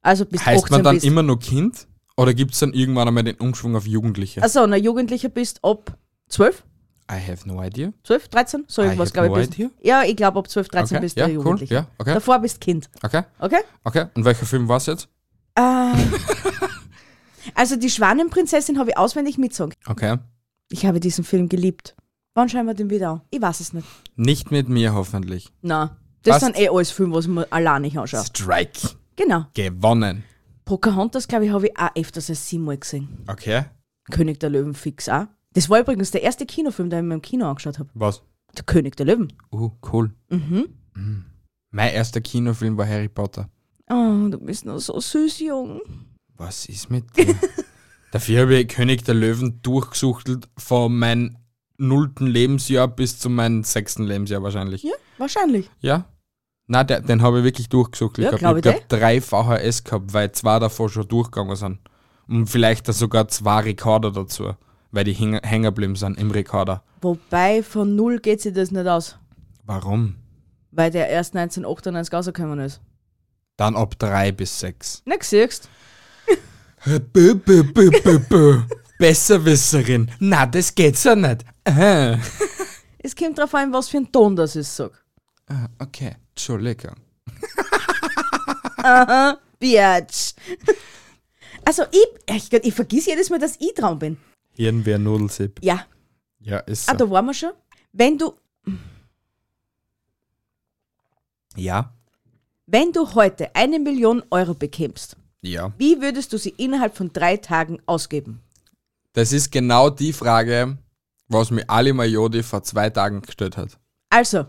[SPEAKER 2] Also bis
[SPEAKER 1] Heißt
[SPEAKER 2] 18
[SPEAKER 1] man dann
[SPEAKER 2] bist.
[SPEAKER 1] immer nur Kind? Oder gibt es dann irgendwann einmal den Umschwung auf Jugendliche?
[SPEAKER 2] Achso, na, Jugendlicher bist ab 12?
[SPEAKER 1] I have no idea.
[SPEAKER 2] 12, 13? So
[SPEAKER 1] I
[SPEAKER 2] irgendwas,
[SPEAKER 1] have
[SPEAKER 2] glaube
[SPEAKER 1] no
[SPEAKER 2] ich. Bist.
[SPEAKER 1] idea.
[SPEAKER 2] Ja, ich glaube, ab 12, 13
[SPEAKER 1] Okay,
[SPEAKER 2] bist du
[SPEAKER 1] ja,
[SPEAKER 2] ein
[SPEAKER 1] cool,
[SPEAKER 2] Jugendlicher.
[SPEAKER 1] ja, okay.
[SPEAKER 2] Davor bist Kind.
[SPEAKER 1] Okay,
[SPEAKER 2] Okay?
[SPEAKER 1] okay. Und welcher Film war es jetzt?
[SPEAKER 2] Äh, also die Schwanenprinzessin habe ich auswendig mitgesungen.
[SPEAKER 1] Okay.
[SPEAKER 2] Ich habe diesen Film geliebt. Wann schauen wir den wieder an? Ich weiß es nicht.
[SPEAKER 1] Nicht mit mir hoffentlich.
[SPEAKER 2] Na, das
[SPEAKER 1] Passt.
[SPEAKER 2] sind eh alles Filme, was man allein nicht anschaut.
[SPEAKER 1] Strike.
[SPEAKER 2] Genau.
[SPEAKER 1] Gewonnen.
[SPEAKER 2] Pocahontas, glaube ich, habe ich auch öfters als siebenmal gesehen.
[SPEAKER 1] Okay.
[SPEAKER 2] König der Löwen fix auch. Das war übrigens der erste Kinofilm, den ich mir im Kino angeschaut habe.
[SPEAKER 1] Was?
[SPEAKER 2] Der König der Löwen.
[SPEAKER 1] Uh, cool.
[SPEAKER 2] Mhm.
[SPEAKER 1] Mein erster Kinofilm war Harry Potter.
[SPEAKER 2] Oh, du bist noch so süß, Jung.
[SPEAKER 1] Was ist mit dir? Dafür habe ich König der Löwen durchgesuchtelt von meinem nullten Lebensjahr bis zu meinem sechsten Lebensjahr wahrscheinlich. Ja?
[SPEAKER 2] Ja, wahrscheinlich.
[SPEAKER 1] Nein, der, den habe ich wirklich durchgesuchtelt.
[SPEAKER 2] Ja,
[SPEAKER 1] gehabt.
[SPEAKER 2] glaub
[SPEAKER 1] ich habe drei VHS gehabt, weil zwei davon schon durchgegangen sind. Und vielleicht da sogar zwei Rekorder dazu, weil die häng- hängen geblieben sind im Rekorder.
[SPEAKER 2] Wobei, von null geht sich das nicht aus,
[SPEAKER 1] Warum?
[SPEAKER 2] weil der erst 1998 rausgekommen ist.
[SPEAKER 1] Dann ab drei bis sechs.
[SPEAKER 2] Na, siehst
[SPEAKER 1] Bö, bö, bö, bö, bö. Besserwisserin. Na, das geht's ja nicht. Äh.
[SPEAKER 2] Es kommt drauf an, was für ein Ton das ist, sag.
[SPEAKER 1] Ah, okay, Entschuldigung.
[SPEAKER 2] Biatch. Also ich, ich, ich vergiss jedes Mal, dass ich dran bin.
[SPEAKER 1] Hirn wäre Nudelsipp.
[SPEAKER 2] Ja,
[SPEAKER 1] Ja, ist
[SPEAKER 2] ah, da waren wir schon. Wenn du,
[SPEAKER 1] Ja.
[SPEAKER 2] wenn du heute eine Million Euro bekämst,
[SPEAKER 1] Ja.
[SPEAKER 2] wie würdest du sie innerhalb von drei Tagen ausgeben?
[SPEAKER 1] Das ist genau die Frage, was mir Ali Majodi vor zwei Tagen gestellt hat.
[SPEAKER 2] Also,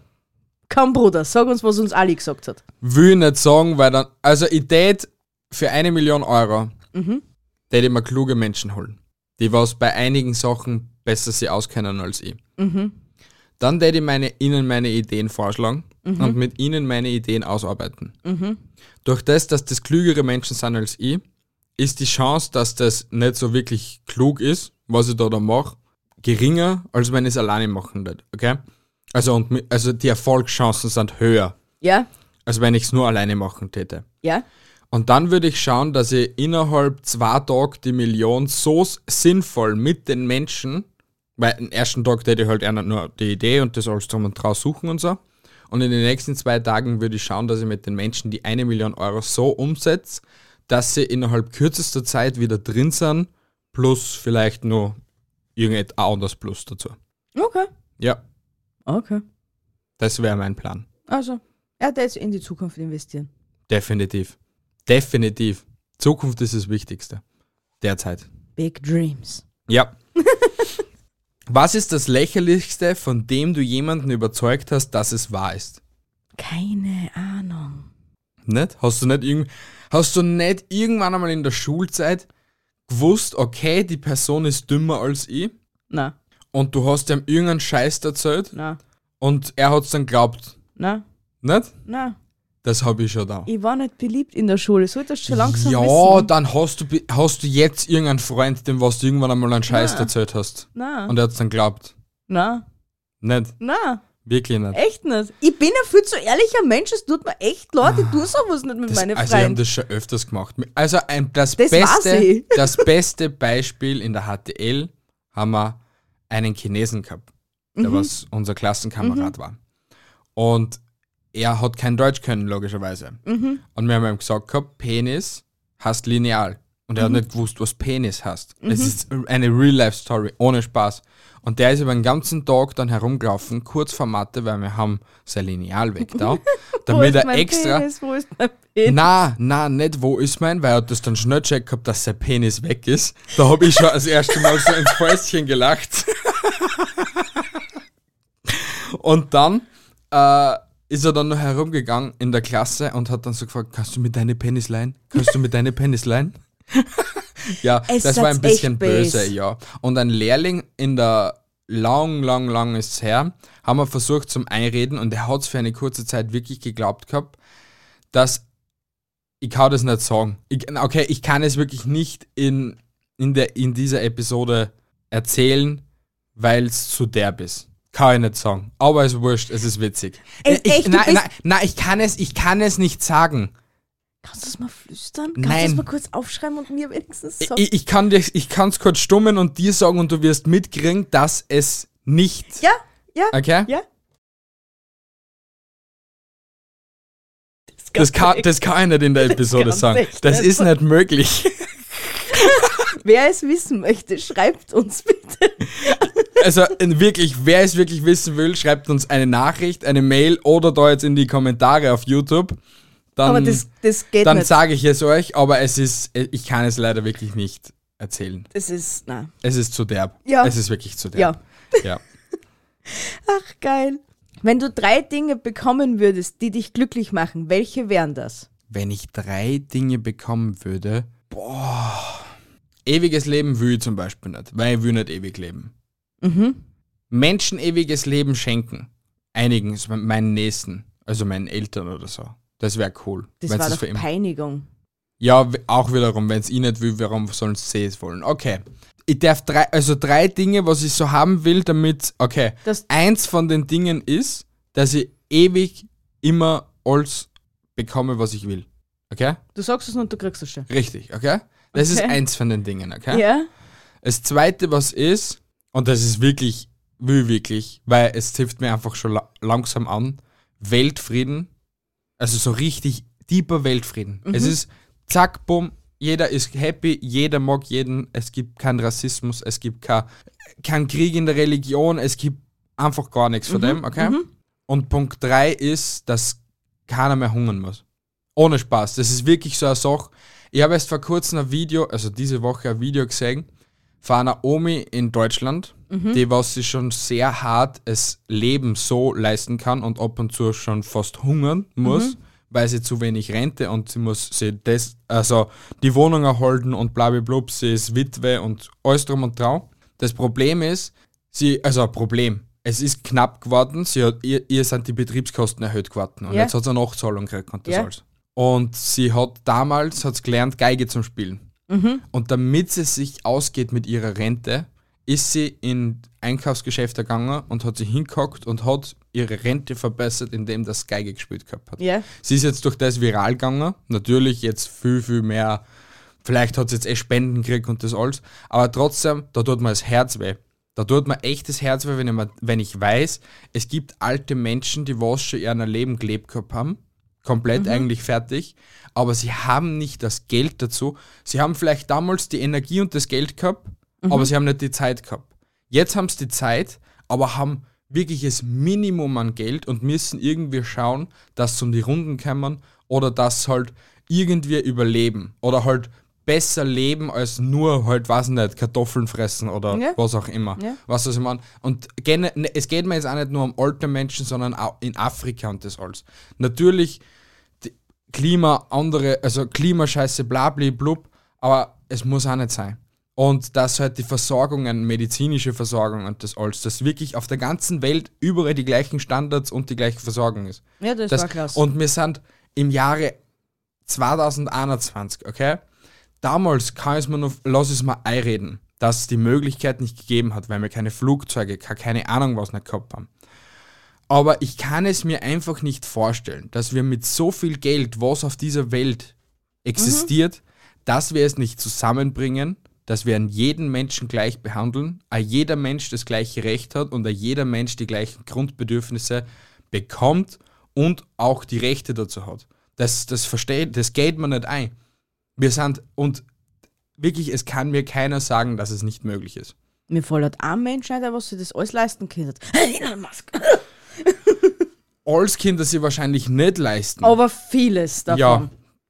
[SPEAKER 2] komm Bruder, sag uns, was uns Ali gesagt hat.
[SPEAKER 1] Will ich nicht sagen, weil dann. Also, ich tät für eine Million Euro, tät ich mir kluge Menschen holen, die was bei einigen Sachen besser sie auskennen als ich. Dann tät ich meine, ihnen meine Ideen vorschlagen und mit ihnen meine Ideen ausarbeiten. Durch das, dass das klügere Menschen sind als ich, ist die Chance, dass das nicht so wirklich klug ist, was ich da da mache, geringer, als wenn ich es alleine machen würde. Okay? Also, und, mi- also die Erfolgschancen sind höher
[SPEAKER 2] Ja,
[SPEAKER 1] als Also wenn ich es nur alleine machen täte.
[SPEAKER 2] ja,
[SPEAKER 1] Und dann würde ich schauen, dass ich innerhalb zwei Tagen die Million so s- sinnvoll mit den Menschen, weil am ersten Tag hätte ich halt einer nur die Idee und das alles drum und draus suchen und so. Und in den nächsten zwei Tagen würde ich schauen, dass ich mit den Menschen die eine Million Euro so umsetze, dass sie innerhalb kürzester Zeit wieder drin sind, plus vielleicht nur irgendetwas anderes Plus dazu.
[SPEAKER 2] okay,
[SPEAKER 1] Ja,
[SPEAKER 2] okay.
[SPEAKER 1] das wäre mein Plan.
[SPEAKER 2] Also, er hat jetzt in die Zukunft investieren.
[SPEAKER 1] Definitiv. Definitiv. Zukunft ist das Wichtigste. Derzeit.
[SPEAKER 2] Big Dreams.
[SPEAKER 1] Ja. Was ist das Lächerlichste, von dem du jemanden überzeugt hast, dass es wahr ist?
[SPEAKER 2] Keine Ahnung.
[SPEAKER 1] Nicht? Hast du nicht, irgend, hast du nicht irgendwann einmal in der Schulzeit gewusst, okay, die Person ist dümmer als ich
[SPEAKER 2] Na,
[SPEAKER 1] und du hast ihm irgendeinen Scheiß erzählt
[SPEAKER 2] na,
[SPEAKER 1] und er hat es dann geglaubt?
[SPEAKER 2] na,
[SPEAKER 1] Nicht?
[SPEAKER 2] na.
[SPEAKER 1] Das habe ich schon da.
[SPEAKER 2] Ich war nicht beliebt in der Schule. Solltest du schon langsam
[SPEAKER 1] ja,
[SPEAKER 2] wissen.
[SPEAKER 1] dann hast du, be- hast du jetzt irgendeinen Freund, dem was du irgendwann einmal einen Scheiß erzählt hast.
[SPEAKER 2] Na,
[SPEAKER 1] Und er hat's dann geglaubt.
[SPEAKER 2] na,
[SPEAKER 1] Nicht,
[SPEAKER 2] na.
[SPEAKER 1] wirklich nicht.
[SPEAKER 2] Echt nicht. Ich bin ein viel zu ehrlicher Mensch. Es tut mir echt leid. Ich tue sowas nicht mit
[SPEAKER 1] Das,
[SPEAKER 2] meinen
[SPEAKER 1] also ich habe
[SPEAKER 2] Freunden.
[SPEAKER 1] das schon öfters gemacht. Also ein, das,
[SPEAKER 2] Das weiß
[SPEAKER 1] beste,
[SPEAKER 2] ich.
[SPEAKER 1] das beste Beispiel in der HTL haben wir einen Chinesen gehabt, der
[SPEAKER 2] Mhm.
[SPEAKER 1] was unser Klassenkamerad war. Und er hat kein Deutsch können, logischerweise.
[SPEAKER 2] Mhm.
[SPEAKER 1] Und wir haben ihm gesagt gehabt, Penis heißt lineal. Und
[SPEAKER 2] Mhm.
[SPEAKER 1] er hat nicht gewusst, was Penis heißt. Es ist eine Real-Life-Story, ohne Spaß. Und der ist über den ganzen Tag dann herumgelaufen, Kurzformate, weil wir haben sein Lineal weg da, damit
[SPEAKER 2] wo ist
[SPEAKER 1] er
[SPEAKER 2] mein
[SPEAKER 1] extra...
[SPEAKER 2] Penis? Wo ist mein Penis?
[SPEAKER 1] Na, na, nicht wo ist mein, weil er hat das dann schnell checkt gehabt, dass sein Penis weg ist. Da habe ich schon das erste Mal so ins Fäustchen gelacht. Und dann äh, ist er dann noch herumgegangen in der Klasse und hat dann so gefragt, kannst du mir deine Penis leihen? Kannst du mir deine Penis leihen? ja,
[SPEAKER 2] Es
[SPEAKER 1] das war
[SPEAKER 2] ist
[SPEAKER 1] ein bisschen
[SPEAKER 2] echt böse.
[SPEAKER 1] böse, ja. Und ein Lehrling in der lang, lang, lang ist her, haben wir versucht zum Einreden und er hat es für eine kurze Zeit wirklich geglaubt gehabt, dass ich kann das nicht sagen. Ich, okay, ich kann es wirklich nicht in, in, der, in dieser Episode erzählen, weil es zu derb ist. Kann ich nicht sagen. Aber es ist wurscht, es ist witzig.
[SPEAKER 2] Ey,
[SPEAKER 1] ich,
[SPEAKER 2] echt, du
[SPEAKER 1] nein,
[SPEAKER 2] bist-
[SPEAKER 1] nein, nein, ich kann es, ich kann es nicht sagen.
[SPEAKER 2] Kannst du es mal flüstern? Kannst
[SPEAKER 1] Nein.
[SPEAKER 2] du es mal kurz aufschreiben und mir wenigstens
[SPEAKER 1] Ich,
[SPEAKER 2] sagen?
[SPEAKER 1] ich, ich kann dir, ich kann es kurz stummen und dir sagen und du wirst mitkriegen, dass es nicht.
[SPEAKER 2] Ja, ja,
[SPEAKER 1] Okay?
[SPEAKER 2] ja.
[SPEAKER 1] Das kann, das kann ich nicht in der Episode
[SPEAKER 2] kann's
[SPEAKER 1] sagen.
[SPEAKER 2] echt
[SPEAKER 1] Das
[SPEAKER 2] nicht.
[SPEAKER 1] ist nicht möglich.
[SPEAKER 2] Wer es wissen möchte, schreibt uns bitte.
[SPEAKER 1] Also in wirklich, wer es wirklich wissen will, schreibt uns eine Nachricht, eine Mail oder da jetzt in die Kommentare auf YouTube.
[SPEAKER 2] Aber
[SPEAKER 1] Dann,
[SPEAKER 2] das, das geht
[SPEAKER 1] dann
[SPEAKER 2] nicht.
[SPEAKER 1] sage ich es euch, aber es ist, ich kann es leider wirklich nicht erzählen.
[SPEAKER 2] Das ist, na,
[SPEAKER 1] Es ist zu derb.
[SPEAKER 2] Ja.
[SPEAKER 1] Es ist wirklich zu derb.
[SPEAKER 2] ja.
[SPEAKER 1] Ja.
[SPEAKER 2] Ach, geil. Wenn du drei Dinge bekommen würdest, die dich glücklich machen, welche wären das?
[SPEAKER 1] Wenn ich drei Dinge bekommen würde, boah. Ewiges Leben will ich zum Beispiel nicht, weil ich will nicht ewig leben.
[SPEAKER 2] Mhm.
[SPEAKER 1] Menschen ewiges Leben schenken. Einigen, so meinen Nächsten, also meinen Eltern oder so. Das wäre cool.
[SPEAKER 2] Das
[SPEAKER 1] wenn's
[SPEAKER 2] war
[SPEAKER 1] für
[SPEAKER 2] doch
[SPEAKER 1] immer-
[SPEAKER 2] Peinigung.
[SPEAKER 1] Ja, w- auch wiederum, wenn es ich nicht will, warum sollen sie es wollen? Okay. Ich darf drei, also drei Dinge, was ich so haben will, damit, okay.
[SPEAKER 2] Das-
[SPEAKER 1] Eins von den Dingen ist, dass ich ewig immer alles bekomme, was ich will. Okay?
[SPEAKER 2] Du sagst es und du kriegst es schon.
[SPEAKER 1] Richtig, okay? Das ist
[SPEAKER 2] Okay.
[SPEAKER 1] eins von den Dingen, okay?
[SPEAKER 2] Ja?
[SPEAKER 1] Das zweite, was ist, und das ist wirklich, will wirklich, weil es zipft mir einfach schon la langsam an, Weltfrieden, also so richtig tiefer Weltfrieden.
[SPEAKER 2] Mhm.
[SPEAKER 1] Es ist zack, bumm, jeder ist happy, jeder mag jeden, es gibt keinen Rassismus, es gibt kein, keinen Krieg in der Religion, es gibt einfach gar nichts
[SPEAKER 2] Mhm.
[SPEAKER 1] von dem, okay? Und Punkt drei ist, dass keiner mehr hungern muss. Ohne Spaß. Das ist wirklich so eine Sache. Ich habe erst vor kurzem ein Video, also diese Woche ein Video gesehen, von einer Omi in Deutschland,
[SPEAKER 2] Mhm.
[SPEAKER 1] die was sie schon sehr hart es Leben so leisten kann und ab und zu schon fast hungern
[SPEAKER 2] Mhm.
[SPEAKER 1] muss, weil sie zu wenig Rente und sie muss sie das, also die Wohnung erhalten und blablabla, sie ist Witwe und alles drum und dran. Das Problem ist, sie, also ein Problem, es ist knapp geworden, sie hat, ihr, ihr sind die Betriebskosten erhöht geworden und
[SPEAKER 2] Ja.
[SPEAKER 1] jetzt hat sie eine Nachzahlung gekriegt und das
[SPEAKER 2] Ja.
[SPEAKER 1] alles. Und sie hat damals, hat gelernt, Geige zum Spielen. Und damit sie sich ausgeht mit ihrer Rente, ist sie in Einkaufsgeschäfte gegangen und hat sich hingehockt und hat ihre Rente verbessert, indem das Geige gespielt gehabt hat.
[SPEAKER 2] Ja.
[SPEAKER 1] Sie ist jetzt durch das viral gegangen. Natürlich jetzt viel, viel mehr. Vielleicht hat sie jetzt eh Spenden gekriegt und das alles. Aber trotzdem, da tut mir das Herz weh. Da tut mir echtes Herz weh, wenn ich, mir, wenn ich weiß, es gibt alte Menschen, die was schon ihr Leben gelebt gehabt haben. Komplett eigentlich fertig. Aber sie haben nicht das Geld dazu. Sie haben vielleicht damals die Energie und das Geld gehabt, aber sie haben nicht die Zeit gehabt. Jetzt haben sie die Zeit, aber haben wirklich das Minimum an Geld und müssen irgendwie schauen, dass sie um die Runden kommen oder dass sie halt irgendwie überleben oder halt besser leben als nur halt, weiß nicht, Kartoffeln fressen oder
[SPEAKER 2] Ja.
[SPEAKER 1] was auch immer.
[SPEAKER 2] Ja.
[SPEAKER 1] Weißt du, was ich meine? Und gene- ne, es geht mir jetzt auch nicht nur um alte Menschen, sondern auch in Afrika und das alles. Natürlich die Klima, andere, also Klimascheiße, bla, bla, blub, aber es muss auch nicht sein. Und dass halt die Versorgungen, medizinische Versorgung und das alles, dass wirklich auf der ganzen Welt überall die gleichen Standards und die gleiche Versorgung ist.
[SPEAKER 2] Ja, das,
[SPEAKER 1] Das,
[SPEAKER 2] war klasse.
[SPEAKER 1] Und wir sind im Jahre 2021, okay? Damals kann es mir noch, lass es mal einreden, dass es die Möglichkeit nicht gegeben hat, weil wir keine Flugzeuge, ke- keine Ahnung was nicht gehabt haben. Aber ich kann es mir einfach nicht vorstellen, dass wir mit so viel Geld, was auf dieser Welt
[SPEAKER 2] Mhm.
[SPEAKER 1] existiert, dass wir es nicht zusammenbringen, dass wir an jeden Menschen gleich behandeln, a jeder Mensch das gleiche Recht hat und a jeder Mensch die gleichen Grundbedürfnisse bekommt und auch die Rechte dazu hat. Das, das versteht, das geht man nicht ein. Wir sind, und wirklich, es kann mir keiner sagen, dass es nicht möglich ist.
[SPEAKER 2] Mir fällt ein Mensch ein, der was sich das alles leisten könnte. Elon Musk.
[SPEAKER 1] Alles Kinder sie wahrscheinlich nicht leisten.
[SPEAKER 2] Aber vieles Oh, davon.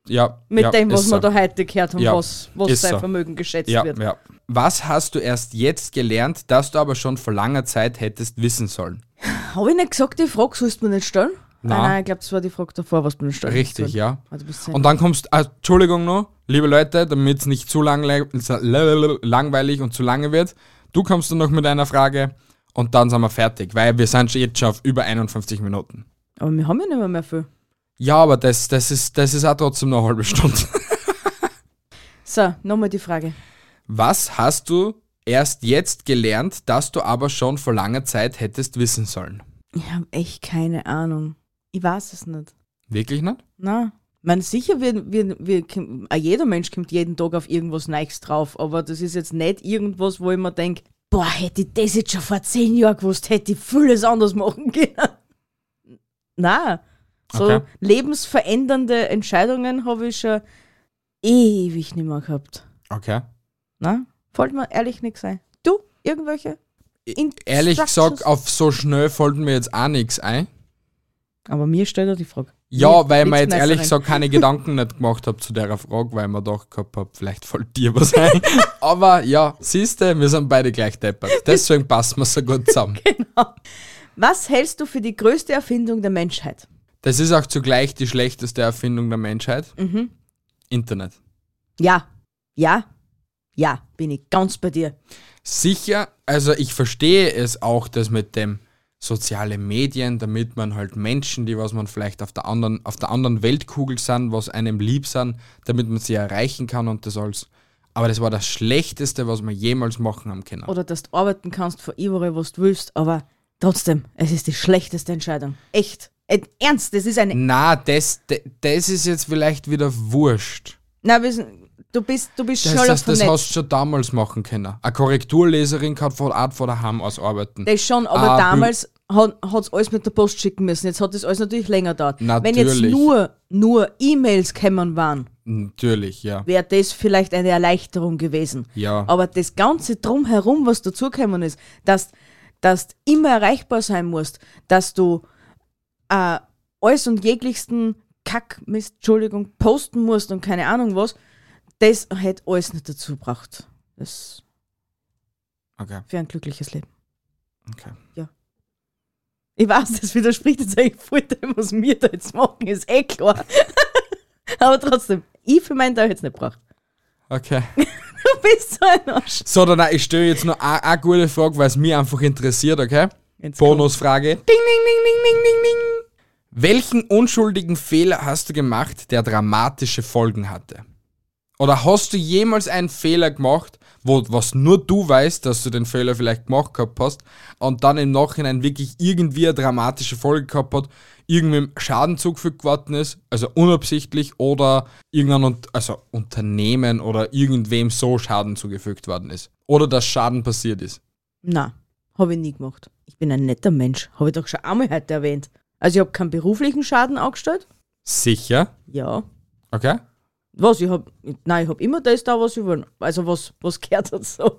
[SPEAKER 1] ja, ja.
[SPEAKER 2] Mit
[SPEAKER 1] ja,
[SPEAKER 2] dem, was
[SPEAKER 1] ist
[SPEAKER 2] wir
[SPEAKER 1] so.
[SPEAKER 2] da heute gehört haben,
[SPEAKER 1] Ja,
[SPEAKER 2] was, was
[SPEAKER 1] ist
[SPEAKER 2] sein
[SPEAKER 1] so.
[SPEAKER 2] Vermögen geschätzt
[SPEAKER 1] ja,
[SPEAKER 2] wird.
[SPEAKER 1] ja. Was hast du erst jetzt gelernt, das du aber schon vor langer Zeit hättest wissen sollen?
[SPEAKER 2] Habe ich nicht gesagt, die Frage sollst du mir nicht stellen?
[SPEAKER 1] Nein.
[SPEAKER 2] Ah, nein, ich glaube, das war die Frage davor, was du mir nicht stellen
[SPEAKER 1] Richtig,
[SPEAKER 2] sollst.
[SPEAKER 1] ja.
[SPEAKER 2] Ah, du bist sehr-
[SPEAKER 1] Und dann kommst, ah, Entschuldigung noch, liebe Leute, damit es nicht zu langle- langweilig und zu lange wird, du kommst dann noch mit einer Frage und dann sind wir fertig, weil wir sind schon jetzt schon auf über 51 Minuten.
[SPEAKER 2] Aber wir haben ja nicht mehr, mehr viel.
[SPEAKER 1] Ja, aber das, das, ist, das ist auch trotzdem noch eine halbe Stunde.
[SPEAKER 2] So, nochmal die Frage.
[SPEAKER 1] Was hast du erst jetzt gelernt, das du aber schon vor langer Zeit hättest wissen sollen?
[SPEAKER 2] Ich habe echt keine Ahnung. Ich weiß es nicht.
[SPEAKER 1] Wirklich nicht?
[SPEAKER 2] Na, man sicher wird, wird, wird kim- ah, jeder Mensch kommt jeden Tag auf irgendwas Neues drauf, aber das ist jetzt nicht irgendwas, wo ich mir denke, boah, hätte ich das jetzt schon vor zehn Jahren gewusst, hätte ich vieles anders machen können. Na, so
[SPEAKER 1] Okay.
[SPEAKER 2] lebensverändernde Entscheidungen habe ich schon ewig nicht mehr gehabt.
[SPEAKER 1] Okay.
[SPEAKER 2] Na, fällt mir ehrlich nichts ein. Du, irgendwelche?
[SPEAKER 1] Ehrlich
[SPEAKER 2] Instructions?
[SPEAKER 1] gesagt, auf so schnell fällt mir jetzt auch nichts ein.
[SPEAKER 2] Aber mir stellt er die Frage.
[SPEAKER 1] Ja,
[SPEAKER 2] Nix-
[SPEAKER 1] weil ich mir
[SPEAKER 2] nix
[SPEAKER 1] jetzt ehrlich
[SPEAKER 2] Besseres.
[SPEAKER 1] gesagt keine Gedanken nicht gemacht habe zu der Frage, weil ich mir doch gehabt habe, vielleicht fällt dir was ein. Aber ja, siehste, wir sind beide gleich deppert. Deswegen passen wir so gut zusammen.
[SPEAKER 2] Was hältst du für die größte Erfindung der Menschheit?
[SPEAKER 1] Das ist auch zugleich die schlechteste Erfindung der Menschheit. Internet.
[SPEAKER 2] Ja, ja, ja, bin ich ganz bei dir.
[SPEAKER 1] sicher, also ich verstehe es auch, dass mit dem soziale Medien, damit man halt Menschen, die was man vielleicht auf der anderen, auf der anderen Weltkugel sind, was einem lieb sind, damit man sie erreichen kann und das alles. Aber das war das Schlechteste, was wir jemals machen haben können.
[SPEAKER 2] Oder dass du arbeiten kannst von überall, was du willst, aber trotzdem, es ist die schlechteste Entscheidung. Echt. Ed- Ernst, das ist eine.
[SPEAKER 1] Na, das, de- das ist jetzt vielleicht wieder wurscht.
[SPEAKER 2] Na, wir sind, Du bist, du bist
[SPEAKER 1] Das
[SPEAKER 2] schon
[SPEAKER 1] heißt, das
[SPEAKER 2] vernetzt.
[SPEAKER 1] hast du schon damals machen können. Eine Korrekturleserin kann von Art von daheim aus arbeiten.
[SPEAKER 2] Das schon, aber
[SPEAKER 1] Ah, Bü-
[SPEAKER 2] damals hat es alles mit der Post schicken müssen. Jetzt hat das alles natürlich länger gedauert. Wenn jetzt
[SPEAKER 1] Natürlich.
[SPEAKER 2] nur, nur E-Mails gekommen waren,
[SPEAKER 1] Natürlich, ja.
[SPEAKER 2] wäre das vielleicht eine Erleichterung gewesen.
[SPEAKER 1] Ja.
[SPEAKER 2] Aber das Ganze drumherum, was dazugekommen ist, dass, dass du immer erreichbar sein musst, dass du äh, alles und jeglichsten Kack, Mist, Entschuldigung, posten musst und keine Ahnung was, das hätte alles nicht dazu gebracht. Das
[SPEAKER 1] Okay,
[SPEAKER 2] für ein glückliches Leben.
[SPEAKER 1] okay.
[SPEAKER 2] Ich weiß, das widerspricht jetzt eigentlich voll dem, was wir da jetzt machen, ist eh klar. Aber trotzdem, ich für meinen Teil hätte es nicht gebracht.
[SPEAKER 1] Okay.
[SPEAKER 2] Du bist so ein Arsch.
[SPEAKER 1] So, dann ich stelle jetzt noch eine, eine gute Frage, weil es mich einfach interessiert, okay?
[SPEAKER 2] Jetzt
[SPEAKER 1] Bonusfrage. Ding, ding, ding, ding, ding, ding, ding. Welchen unschuldigen Fehler hast du gemacht, der dramatische Folgen hatte? Oder hast du jemals einen Fehler gemacht, wo, was nur du weißt, dass du den Fehler vielleicht gemacht gehabt hast und dann im Nachhinein wirklich irgendwie eine dramatische Folge gehabt hat, irgendwem Schaden zugefügt worden ist, also unabsichtlich oder irgendein Un- also Unternehmen oder irgendwem so Schaden zugefügt worden ist. Oder dass Schaden passiert ist.
[SPEAKER 2] Nein, habe ich nie gemacht. Ich bin ein netter Mensch, habe ich doch schon einmal heute erwähnt. Also ich habe keinen beruflichen Schaden angestellt.
[SPEAKER 1] Sicher?
[SPEAKER 2] Ja.
[SPEAKER 1] Okay?
[SPEAKER 2] Was, ich habe, nein, ich habe immer das da, was ich will. Also was, was gehört dazu?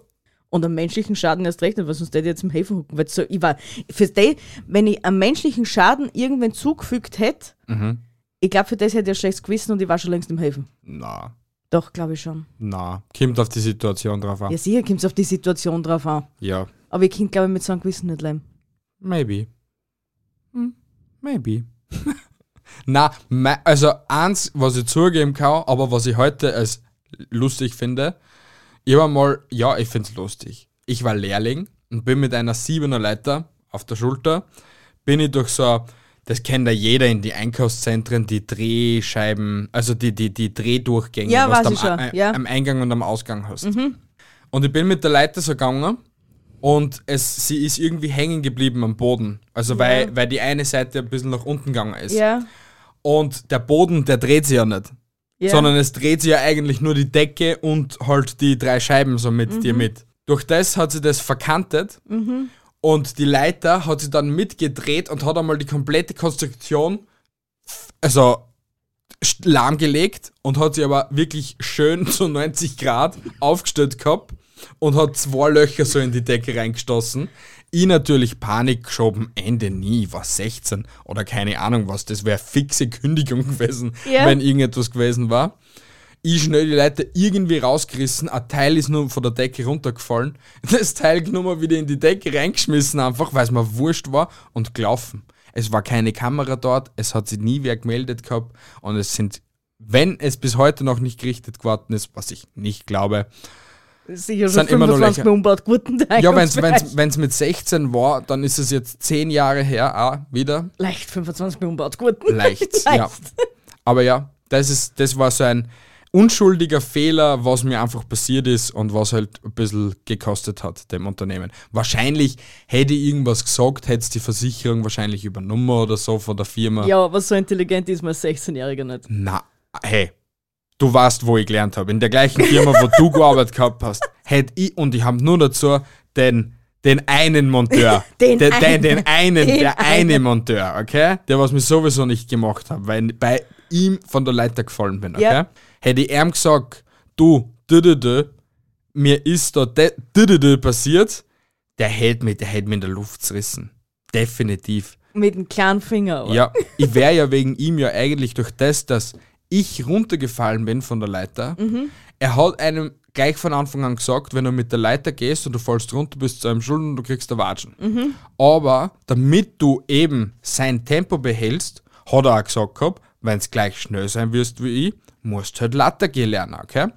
[SPEAKER 2] Und am menschlichen Schaden erst recht nicht, weil sonst hätte ich jetzt im Häfen hocken. Weil so, ich war, für den, wenn ich einen menschlichen Schaden irgendwen zugefügt hätte,
[SPEAKER 1] Mhm.
[SPEAKER 2] ich glaube, für das hätte ich ein schlechtes Gewissen und ich war schon längst im Häfen.
[SPEAKER 1] Na,
[SPEAKER 2] Doch, glaube ich schon.
[SPEAKER 1] na. Kommt auf die Situation drauf an.
[SPEAKER 2] Ja, sicher kommt es auf die Situation drauf an.
[SPEAKER 1] Ja.
[SPEAKER 2] Aber ich kann, glaube ich, mit so einem Gewissen nicht leben.
[SPEAKER 1] Maybe. Hm, Maybe. Na, mei- also eins, was ich zugeben kann, aber was ich heute als lustig finde, ich war mal, ja, ich find's lustig. Ich war Lehrling und bin mit einer 7er Leiter auf der Schulter, bin ich durch so, das kennt ja jeder in die Einkaufszentren, die Drehscheiben, also die, die, die Drehdurchgänge,
[SPEAKER 2] Ja,
[SPEAKER 1] was
[SPEAKER 2] weiß
[SPEAKER 1] du am,
[SPEAKER 2] ich schon,
[SPEAKER 1] Ei-
[SPEAKER 2] ja. Mhm.
[SPEAKER 1] am Eingang und am Ausgang hast. Und ich bin mit der Leiter so gegangen und es, sie ist irgendwie hängen geblieben am Boden. Also weil, weil die eine Seite ein bisschen nach unten gegangen ist.
[SPEAKER 2] Ja,
[SPEAKER 1] Und der Boden, der dreht sich ja nicht.
[SPEAKER 2] ja.
[SPEAKER 1] Sondern es dreht sich ja eigentlich nur die Decke und halt die drei Scheiben so mit
[SPEAKER 2] Mhm.
[SPEAKER 1] dir mit. Durch das hat sie das verkantet und die Leiter hat sie dann mitgedreht und hat einmal die komplette Konstruktion, also st- lahmgelegt und hat sie aber wirklich schön zu 90 Grad aufgestellt gehabt und hat zwei Löcher so in die Decke reingestoßen. Ich natürlich Panik geschoben, Ende nie, was 16 oder keine Ahnung was, das wäre fixe Kündigung gewesen,
[SPEAKER 2] Ja.
[SPEAKER 1] wenn irgendetwas gewesen war. Ich schnell die Leiter irgendwie rausgerissen, ein Teil ist nur von der Decke runtergefallen, das Teil genommen, wieder in die Decke reingeschmissen einfach, weil es mir wurscht war und gelaufen. Es war keine Kamera dort, es hat sich nie wer gemeldet gehabt und es sind, wenn es bis heute noch nicht gerichtet geworden ist, was ich nicht glaube,
[SPEAKER 2] sicher schon
[SPEAKER 1] sind immer noch
[SPEAKER 2] 25
[SPEAKER 1] Löcher.
[SPEAKER 2] Mal umbaut geworden. der
[SPEAKER 1] ja, wenn
[SPEAKER 2] Eingangsbereich.
[SPEAKER 1] es mit 16 war, dann ist es jetzt 10 Jahre her auch wieder.
[SPEAKER 2] Leicht 25 Mal umbaut geworden.
[SPEAKER 1] Leicht, ja. Aber ja, das, ist, das war so ein unschuldiger Fehler, was mir einfach passiert ist und was halt ein bisschen gekostet hat, dem Unternehmen. Wahrscheinlich hätte ich irgendwas gesagt, hätte es die Versicherung wahrscheinlich übernommen oder so von der Firma.
[SPEAKER 2] Ja. aber so intelligent ist man als 16-Jähriger nicht.
[SPEAKER 1] Na, hey, du weißt, wo ich gelernt habe. In der gleichen Firma, wo du gearbeitet gehabt hast, hätte ich, und ich habe nur dazu den, den einen Monteur.
[SPEAKER 2] Den
[SPEAKER 1] den,
[SPEAKER 2] einen.
[SPEAKER 1] den, den einen,
[SPEAKER 2] Den
[SPEAKER 1] der eine Monteur, okay? Der, was mir sowieso nicht gemacht hat, weil ich bei ihm von der Leiter gefallen bin, okay?
[SPEAKER 2] Ja.
[SPEAKER 1] Hätte ich ihm gesagt, du, dü, dü, dü, mir ist da dü, dü, dü, dü passiert, der hält mich, der hält mich in der Luft zerrissen. Definitiv.
[SPEAKER 2] Mit einem kleinen Finger. aber-
[SPEAKER 1] Ja, ich wäre ja wegen ihm ja eigentlich durch das, dass ich runtergefallen bin von der Leiter. Er hat einem gleich von Anfang an gesagt, wenn du mit der Leiter gehst und du fällst runter, bist zu einem Schuld und du kriegst eine Watschen. Aber damit du eben sein Tempo behältst, hat er auch gesagt gehabt, wenn es gleich schnell sein wirst wie ich, musst halt Latte gehen lernen, okay?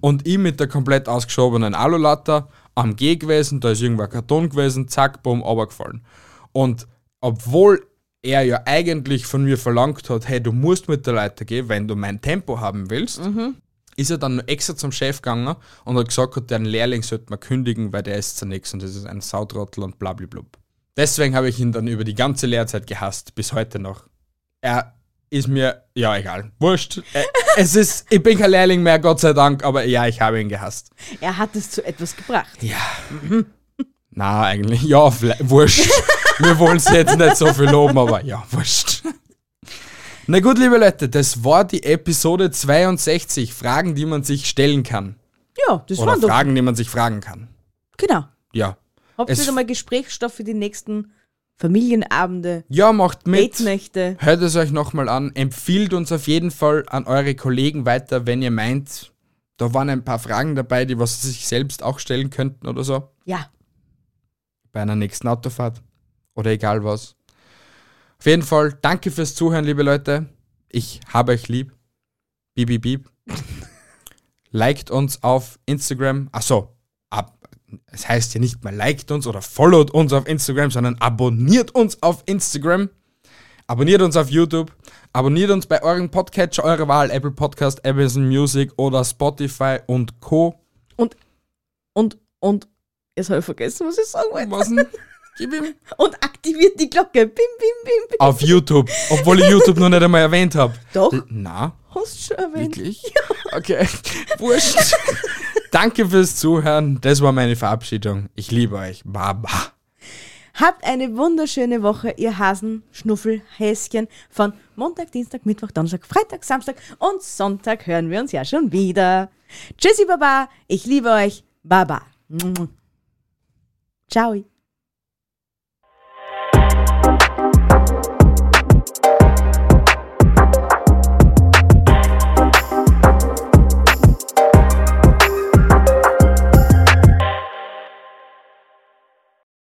[SPEAKER 1] Und ich mit der komplett ausgeschobenen Alulatte am Geh gewesen, da ist irgendwer Karton gewesen, zack, bumm, runtergefallen. Und obwohl er ja eigentlich von mir verlangt hat, hey, du musst mit der Leiter gehen, wenn du mein Tempo haben willst, ist er dann noch extra zum Chef gegangen und hat gesagt, hat, den Lehrling sollte man kündigen, weil der ist zunächst und das ist ein Sautrottel und blabliblub. Deswegen habe ich ihn dann über die ganze Lehrzeit gehasst, bis heute noch. Er ist mir, ja, egal. Wurscht. Äh, es ist, ich bin kein Lehrling mehr, Gott sei Dank, aber ja, ich habe ihn gehasst.
[SPEAKER 2] Er hat es zu etwas gebracht.
[SPEAKER 1] Ja. Na, eigentlich, ja, vielleicht- wurscht. Wir wollen es jetzt nicht so viel loben, aber ja, wurscht. Na gut, liebe Leute, das war die Episode 62, Fragen, die man sich stellen kann.
[SPEAKER 2] Ja, das
[SPEAKER 1] Oder
[SPEAKER 2] waren doch.
[SPEAKER 1] Fragen, die man sich fragen kann.
[SPEAKER 2] Genau.
[SPEAKER 1] Ja.
[SPEAKER 2] Habt
[SPEAKER 1] Es-
[SPEAKER 2] ihr wieder mal Gesprächsstoff für die nächsten Familienabende,
[SPEAKER 1] Ja, macht mit.
[SPEAKER 2] Date-Nächte?
[SPEAKER 1] Hört es euch nochmal an. Empfiehlt uns auf jeden Fall an eure Kollegen weiter, wenn ihr meint, da waren ein paar Fragen dabei, die was sie sich selbst auch stellen könnten oder so.
[SPEAKER 2] Ja.
[SPEAKER 1] Bei einer nächsten Autofahrt. Oder egal was. Auf jeden Fall, danke fürs Zuhören, liebe Leute. Ich habe euch lieb. Bip, bip, bip. liked uns auf Instagram. Achso, ab. Es heißt ja nicht mal liked uns oder followt uns auf Instagram, sondern abonniert uns auf Instagram. Abonniert uns auf YouTube. Abonniert uns bei euren Podcatcher eurer Wahl, Apple Podcast, Amazon Music oder Spotify und Co.
[SPEAKER 2] Und, und, und, jetzt habe ich vergessen, was ich sagen wollte.
[SPEAKER 1] Was denn? Gib ihm.
[SPEAKER 2] Und aktiviert die Glocke. Bim, bim, bim, bim.
[SPEAKER 1] Auf YouTube, obwohl ich YouTube noch nicht einmal erwähnt habe.
[SPEAKER 2] Doch,
[SPEAKER 1] Na,
[SPEAKER 2] hast du schon erwähnt.
[SPEAKER 1] wirklich? Okay, wurscht. Danke fürs Zuhören. Das war meine Verabschiedung. Ich liebe euch. Baba.
[SPEAKER 2] Habt eine wunderschöne Woche, ihr Hasen, Schnuffel, Häschen. Von Montag, Dienstag, Mittwoch, Donnerstag, Freitag, Samstag und Sonntag hören wir uns ja schon wieder. Tschüssi, Baba. Ich liebe euch. Baba. Ciao.